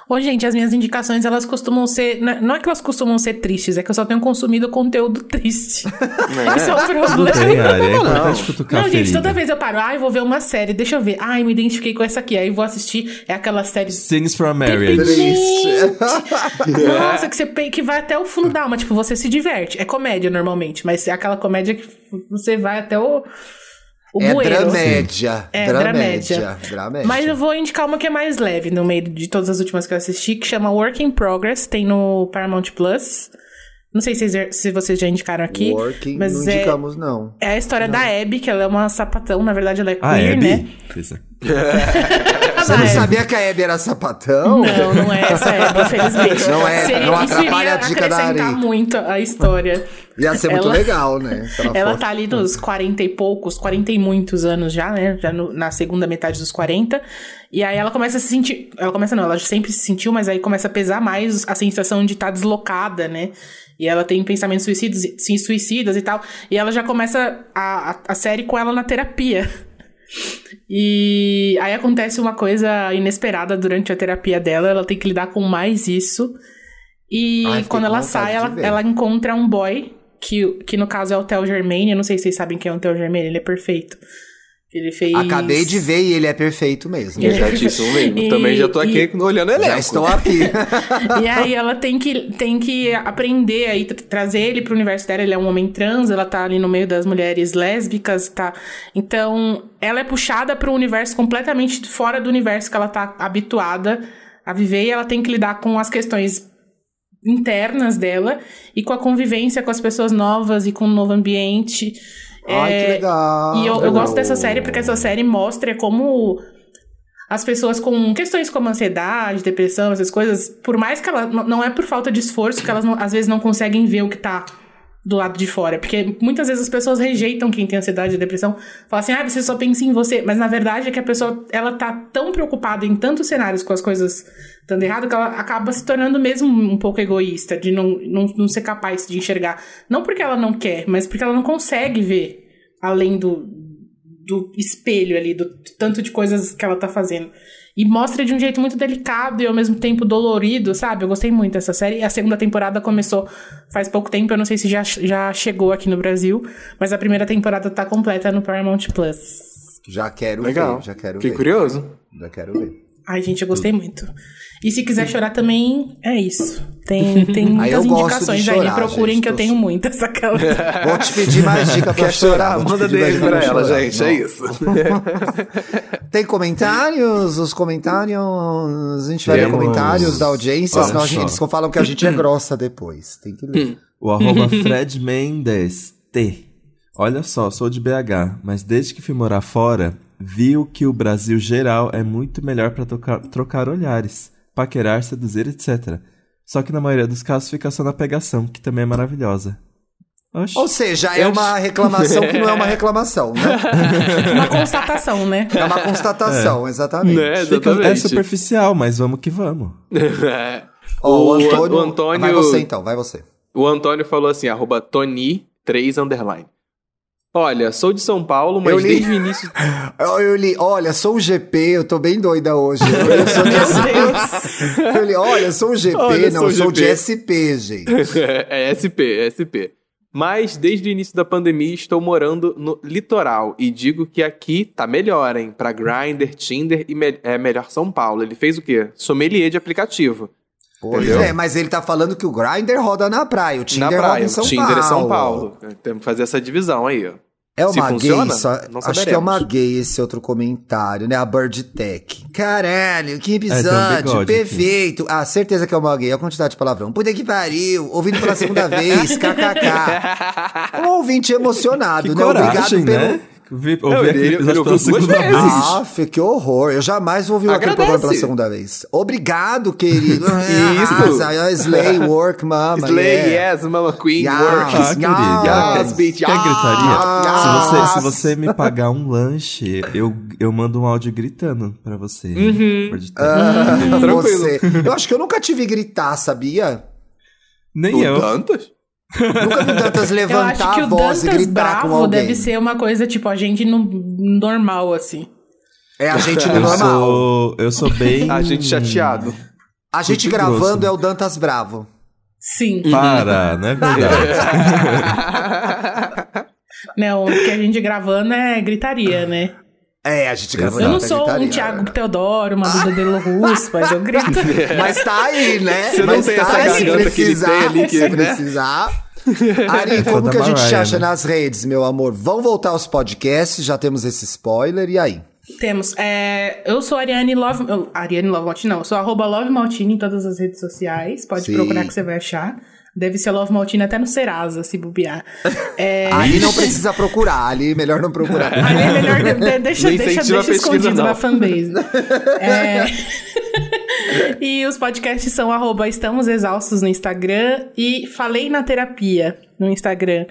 Speaker 3: Ô, gente, as minhas indicações, elas costumam ser... né, Não é que elas costumam ser tristes, é que eu só tenho consumido conteúdo triste. Isso é um
Speaker 1: Tudo bem,
Speaker 3: problema.
Speaker 1: Ari. É
Speaker 2: não.
Speaker 1: importante cutucar
Speaker 3: Não,
Speaker 1: a
Speaker 3: gente,
Speaker 1: ferida.
Speaker 3: toda vez eu paro, ai, vou ver uma série, deixa eu ver. Ai, me identifiquei com essa aqui. Aí vou assistir, é aquela série.
Speaker 1: Scenes from Marriage.
Speaker 4: Triste. É.
Speaker 3: Nossa, que você pe- que vai até o fundo da alma, tipo, você se diverte. É comédia normalmente, mas é aquela comédia que f- você vai até o, o
Speaker 4: é
Speaker 3: bueiro.
Speaker 4: dramédia.
Speaker 3: É,
Speaker 4: dramédia. Dramédia.
Speaker 3: Mas eu vou indicar uma que é mais leve no meio de todas as últimas que eu assisti, que chama Work in Progress, tem no Paramount Plus. Não sei se vocês, se vocês já indicaram aqui.
Speaker 4: Working,
Speaker 3: mas
Speaker 4: não
Speaker 3: é-
Speaker 4: indicamos, não.
Speaker 3: É a história da Abby, que ela é uma sapatão, na verdade ela é
Speaker 1: Ah,
Speaker 3: queer,
Speaker 1: é,
Speaker 3: né?
Speaker 1: Bi? Beleza.
Speaker 4: Você não
Speaker 3: Vai.
Speaker 4: sabia que a Hebe era sapatão?
Speaker 3: Ah, é. Não, não é essa Abby, infelizmente.
Speaker 4: Não é,
Speaker 3: Seria,
Speaker 4: não
Speaker 3: isso
Speaker 4: atrapalha
Speaker 3: iria
Speaker 4: a dica da
Speaker 3: acrescentar
Speaker 4: Ari.
Speaker 3: muito a história.
Speaker 4: Ia ser muito
Speaker 3: Ela-
Speaker 4: legal, né? se
Speaker 3: Ela
Speaker 4: fosse.
Speaker 3: tá ali nos 40 e poucos, 40 e muitos anos já, né? Já no- na segunda metade dos 40. E aí ela começa a se sentir. Ela começa, não, ela sempre se sentiu, mas aí começa a pesar mais a sensação de estar deslocada, né? E ela tem pensamentos suicidas, sim, suicidas e tal. E ela já começa a, a, a série com ela na terapia. E aí acontece uma coisa inesperada durante a terapia dela, ela tem que lidar com mais isso. E
Speaker 4: Ai, fiquei
Speaker 3: quando
Speaker 4: com
Speaker 3: ela
Speaker 4: vontade
Speaker 3: sai,
Speaker 4: de
Speaker 3: ela,
Speaker 4: ver.
Speaker 3: ela encontra um boy, que, que no caso é o Theo Germain. Eu não sei se vocês sabem quem é o Theo Germain, ele é perfeito. Ele fez.
Speaker 4: Acabei de ver e ele é perfeito mesmo.
Speaker 3: Ele- é
Speaker 2: Exatíssimo mesmo.
Speaker 3: E-
Speaker 2: um também já tô aqui olhando o elenco.
Speaker 4: Já estou aqui.
Speaker 3: E aí ela tem que, tem que aprender aí, tra- trazer ele pro universo dela. Ele é um homem trans, ela tá ali no meio das mulheres lésbicas, tá? Então, ela é puxada pro universo completamente fora do universo que ela tá habituada a viver e ela tem que lidar com as questões internas dela e com a convivência com as pessoas novas e com o novo ambiente.
Speaker 4: Ai,
Speaker 3: É,
Speaker 4: que legal.
Speaker 3: e eu, eu gosto dessa série porque essa série mostra como as pessoas com questões como ansiedade, depressão, essas coisas, por mais que elas. Não é por falta de esforço que elas não- às vezes não conseguem ver o que tá do lado de fora. Porque muitas vezes as pessoas rejeitam quem tem ansiedade e depressão. Falam assim, ah, você só pensa em você. Mas na verdade é que a pessoa ela tá tão preocupada em tantos cenários com as coisas dando errado que ela acaba se tornando mesmo um pouco egoísta, de não, não, não ser capaz de enxergar. Não porque ela não quer, mas porque ela não consegue ver além do, do espelho ali, do tanto de coisas que ela tá fazendo. E mostra de um jeito muito delicado e ao mesmo tempo dolorido, sabe? Eu gostei muito dessa série. A segunda temporada começou faz pouco tempo, eu não sei se já, já chegou aqui no Brasil, mas a primeira temporada tá completa no Paramount Plus.
Speaker 4: Já quero
Speaker 2: Legal.
Speaker 4: ver, já quero
Speaker 2: Fiquei
Speaker 4: ver.
Speaker 2: curioso.
Speaker 4: Já quero ver.
Speaker 3: Ai, gente, eu
Speaker 4: Hum.
Speaker 3: gostei muito. E se quiser chorar também, é isso. Tem, tem
Speaker 4: Aí eu
Speaker 3: muitas
Speaker 4: gosto de
Speaker 3: indicações aí,
Speaker 4: chorar,
Speaker 3: procurem
Speaker 4: gente,
Speaker 3: que eu
Speaker 4: tô-
Speaker 3: tenho muitas. Aquela...
Speaker 4: Vou te pedir mais dica pra chorar. vou te
Speaker 2: Manda
Speaker 4: pedir mais
Speaker 2: DM
Speaker 4: dica
Speaker 2: pra ela,
Speaker 4: chorar.
Speaker 2: gente.
Speaker 4: Não.
Speaker 2: É isso.
Speaker 4: Tem comentários? Os comentários. A gente vai ler
Speaker 2: Temos.
Speaker 4: comentários da audiência,
Speaker 1: Olha
Speaker 4: senão a gente,
Speaker 1: só.
Speaker 4: eles falam que a gente é grossa depois. Tem que ler.
Speaker 1: O arroba Fred Mendes T. Olha só, sou de BH, mas desde que fui morar fora, viu que o Brasil geral é muito melhor pra tocar- trocar olhares, paquerar, seduzir, etc. Só que na maioria dos casos fica só na pegação, que também é maravilhosa. Oxi.
Speaker 4: Ou seja, é
Speaker 2: Eu-
Speaker 4: uma reclamação que não é uma reclamação, né?
Speaker 3: Uma constatação, né?
Speaker 4: É uma constatação, exatamente.
Speaker 2: Né?
Speaker 1: Fica- é
Speaker 2: Exatamente.
Speaker 1: superficial, mas vamos que vamos.
Speaker 4: Ó, o, Antônio,
Speaker 2: o Antônio-
Speaker 4: Vai você então, vai você.
Speaker 2: O Antônio falou assim, arroba Tony3 underline. Olha, sou de São Paulo,
Speaker 4: Eu
Speaker 2: mas
Speaker 4: li.
Speaker 2: desde o início...
Speaker 4: Eu, eu li, olha, sou o GP, eu tô bem doida hoje. Eu, sou de- eu li, olha, sou o GP,
Speaker 2: Olha,
Speaker 4: não,
Speaker 2: sou um o
Speaker 4: sou de
Speaker 2: GP.
Speaker 4: SP, gente.
Speaker 2: é SP, é SP. Mas desde o início da pandemia estou morando no litoral e digo que aqui tá melhor, hein? Pra Grindr, Tinder e me- é, melhor São Paulo. Ele fez o quê? Sommelier de aplicativo.
Speaker 4: Pois
Speaker 2: Entendeu?
Speaker 4: é, mas ele tá falando que o Grindr roda na praia, o Tinder
Speaker 2: na
Speaker 4: roda
Speaker 2: praia.
Speaker 4: em São
Speaker 2: Tinder
Speaker 4: Paulo.
Speaker 2: é São Paulo. Temos que fazer essa divisão aí, ó.
Speaker 4: É
Speaker 2: Se
Speaker 4: uma
Speaker 2: funciona,
Speaker 4: gay, só-
Speaker 2: não
Speaker 4: acho que é uma
Speaker 2: saberemos.
Speaker 4: gay esse outro comentário, né? A Bird Tech. Caralho, que
Speaker 1: É, tem um
Speaker 4: episódio,
Speaker 1: bigode
Speaker 4: perfeito. A ah, certeza que é uma gay, olha a quantidade de palavrão. Puta que pariu, ouvindo pela segunda vez, kkk. Um ouvinte emocionado,
Speaker 1: Que
Speaker 4: né?
Speaker 1: coragem,
Speaker 4: Obrigado pelo,
Speaker 1: né? Vi,
Speaker 2: Não,
Speaker 1: ouvi
Speaker 2: ele-
Speaker 1: aquele
Speaker 2: ele
Speaker 1: episódio
Speaker 2: ouviu
Speaker 1: pela
Speaker 2: duas
Speaker 1: segunda
Speaker 2: vezes.
Speaker 1: vez.
Speaker 2: Existe.
Speaker 4: Ah, que horror. Eu jamais vou ouvir aquele
Speaker 2: Agradece.
Speaker 4: programa pela segunda vez. Obrigado, querido.
Speaker 2: Isso.
Speaker 4: Arrasa. Ah, Slay, work, mama.
Speaker 2: Slay,
Speaker 4: yeah.
Speaker 2: yes, Mama Queen,
Speaker 4: Yeah.
Speaker 2: work.
Speaker 1: Ah, querida.
Speaker 2: Yes, bitch.
Speaker 1: Quer gritaria?
Speaker 4: Ah,
Speaker 1: se, você,
Speaker 4: nossa.
Speaker 1: se você me pagar um lanche, eu, eu mando um áudio gritando pra você. Por detrás.
Speaker 4: Ah,
Speaker 2: Tranquilo.
Speaker 4: você. Eu acho que eu nunca tive gritar, sabia?
Speaker 1: Nem
Speaker 2: O
Speaker 1: eu.
Speaker 2: Dantas?
Speaker 4: Nunca vi tantas
Speaker 3: Eu acho
Speaker 4: levantar
Speaker 3: que
Speaker 4: a
Speaker 3: o
Speaker 4: voz e
Speaker 3: Dantas
Speaker 4: gritar com
Speaker 3: Bravo
Speaker 4: alguém.
Speaker 3: deve ser uma coisa, tipo, a gente no, normal, assim.
Speaker 4: É a gente no
Speaker 1: Eu
Speaker 4: normal.
Speaker 1: sou, eu sou bem.
Speaker 2: A gente chateado.
Speaker 4: A gente
Speaker 1: Muito
Speaker 4: gravando
Speaker 1: grosso.
Speaker 4: é o Dantas Bravo.
Speaker 3: Sim.
Speaker 1: Para, não é verdade.
Speaker 3: Não, Né, o que a gente gravando é gritaria, né?
Speaker 4: É, a gente gravando
Speaker 3: Eu não
Speaker 4: é
Speaker 3: sou
Speaker 4: gritaria.
Speaker 3: um Thiago Teodoro, uma Duda Delo Russo, mas eu grito.
Speaker 4: Mas tá aí, né?
Speaker 2: Você não
Speaker 4: Mas
Speaker 2: tem
Speaker 4: tá
Speaker 2: essa
Speaker 4: aí, se
Speaker 2: garganta que ele
Speaker 4: precisar,
Speaker 2: tem ali que,
Speaker 4: se
Speaker 2: né?
Speaker 4: precisar. Ari,
Speaker 1: Essa
Speaker 4: como
Speaker 1: da
Speaker 4: que a gente te
Speaker 1: Mariah,
Speaker 4: acha
Speaker 1: né?
Speaker 4: nas redes, meu amor? Vão voltar aos podcasts, já temos esse spoiler, e aí?
Speaker 3: Temos. é, eu sou a Ariane Love. eu- Ariane Love Maltini, não. Eu sou arroba Love Maltini em todas as redes sociais. Pode
Speaker 4: Sim.
Speaker 3: procurar que você vai achar. Deve ser Love Maltini até no Serasa, se bobear. É,
Speaker 4: Ali não precisa procurar, ali melhor não procurar.
Speaker 3: Ali é melhor de- de- deixa,
Speaker 2: Não
Speaker 3: deixa,
Speaker 2: incentiva a
Speaker 3: deixa
Speaker 2: pesquisa,
Speaker 3: escondido
Speaker 2: não.
Speaker 3: na fanbase. É. e os podcasts são arroba Estamos Exaustos no Instagram e Falei na Terapia no Instagram.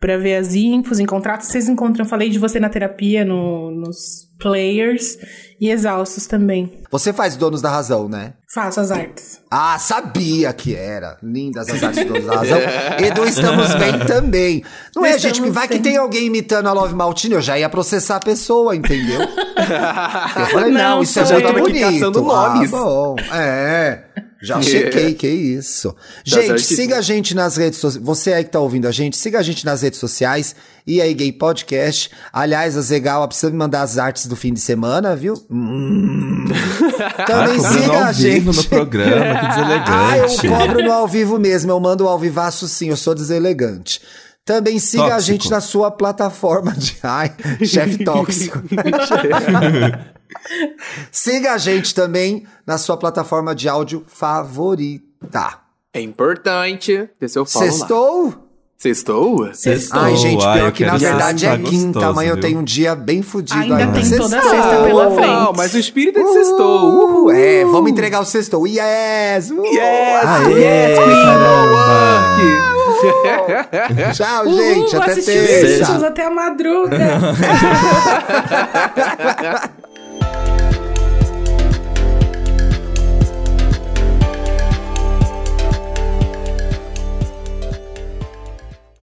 Speaker 3: Pra ver as infos, encontrar. Vocês encontram Falei de Você na Terapia no- nos players e Exaustos também.
Speaker 4: Você faz Donos da Razão, né?
Speaker 3: Faço as artes.
Speaker 4: Ah, sabia que era. Lindas as artes do Donos da Razão. E do Estamos Bem também. Não é,
Speaker 3: Estamos
Speaker 4: gente, que vai que
Speaker 3: bem.
Speaker 4: tem alguém imitando a Love Maltini, eu já ia processar a pessoa, entendeu? Eu falei, não,
Speaker 3: Não,
Speaker 4: isso é
Speaker 3: sou
Speaker 4: muito
Speaker 2: Já
Speaker 3: eu.
Speaker 2: tava aqui
Speaker 4: bonito.
Speaker 2: caçando nomes.
Speaker 4: Ah, bom. É. Já chequei, que isso. Gente,
Speaker 2: certíssimo.
Speaker 4: siga a gente nas redes sociais. Você aí que tá ouvindo a gente, siga a gente nas redes sociais. E aí, Gay Podcast. Aliás, a Zegal precisa me mandar as artes do fim de semana, viu? Hum. Também
Speaker 1: cobrando
Speaker 4: siga
Speaker 1: Tá ao
Speaker 4: a
Speaker 1: vivo no
Speaker 4: gente.
Speaker 1: programa, que
Speaker 4: Ah, eu
Speaker 1: deselegante.
Speaker 4: cobro no ao vivo mesmo, eu mando o ao vivaço sim, eu sou deselegante. Também siga a
Speaker 1: Tóxico.
Speaker 4: gente na sua plataforma de. Ai, chefe tóxico. siga a gente também na sua plataforma de áudio favorita.
Speaker 2: É importante ter seu follow lá.
Speaker 4: Sextou?
Speaker 2: Sextou?
Speaker 3: Ah.
Speaker 1: Sextou.
Speaker 4: Ai, gente,
Speaker 1: Ai, eu
Speaker 4: pior que na
Speaker 1: quero
Speaker 4: verdade é
Speaker 1: sextar
Speaker 4: quinta,
Speaker 1: gostoso,
Speaker 4: amanhã eu
Speaker 1: viu?
Speaker 4: tenho um dia bem fudido
Speaker 3: Ainda
Speaker 4: ainda.
Speaker 3: tem toda
Speaker 4: Sextou!
Speaker 3: sexta pela frente.
Speaker 2: Não, mas o espírito é de sextou.
Speaker 4: Uhul, É, vamos entregar o sextou. Yes! Uhul!
Speaker 2: Yes!
Speaker 1: Aê,
Speaker 2: Yes!
Speaker 1: caramba.
Speaker 2: Work!
Speaker 4: Tchau,
Speaker 3: Uhul,
Speaker 4: gente.
Speaker 3: vou
Speaker 4: Até
Speaker 3: assistir
Speaker 4: terça.
Speaker 3: Simpsons até a madruga.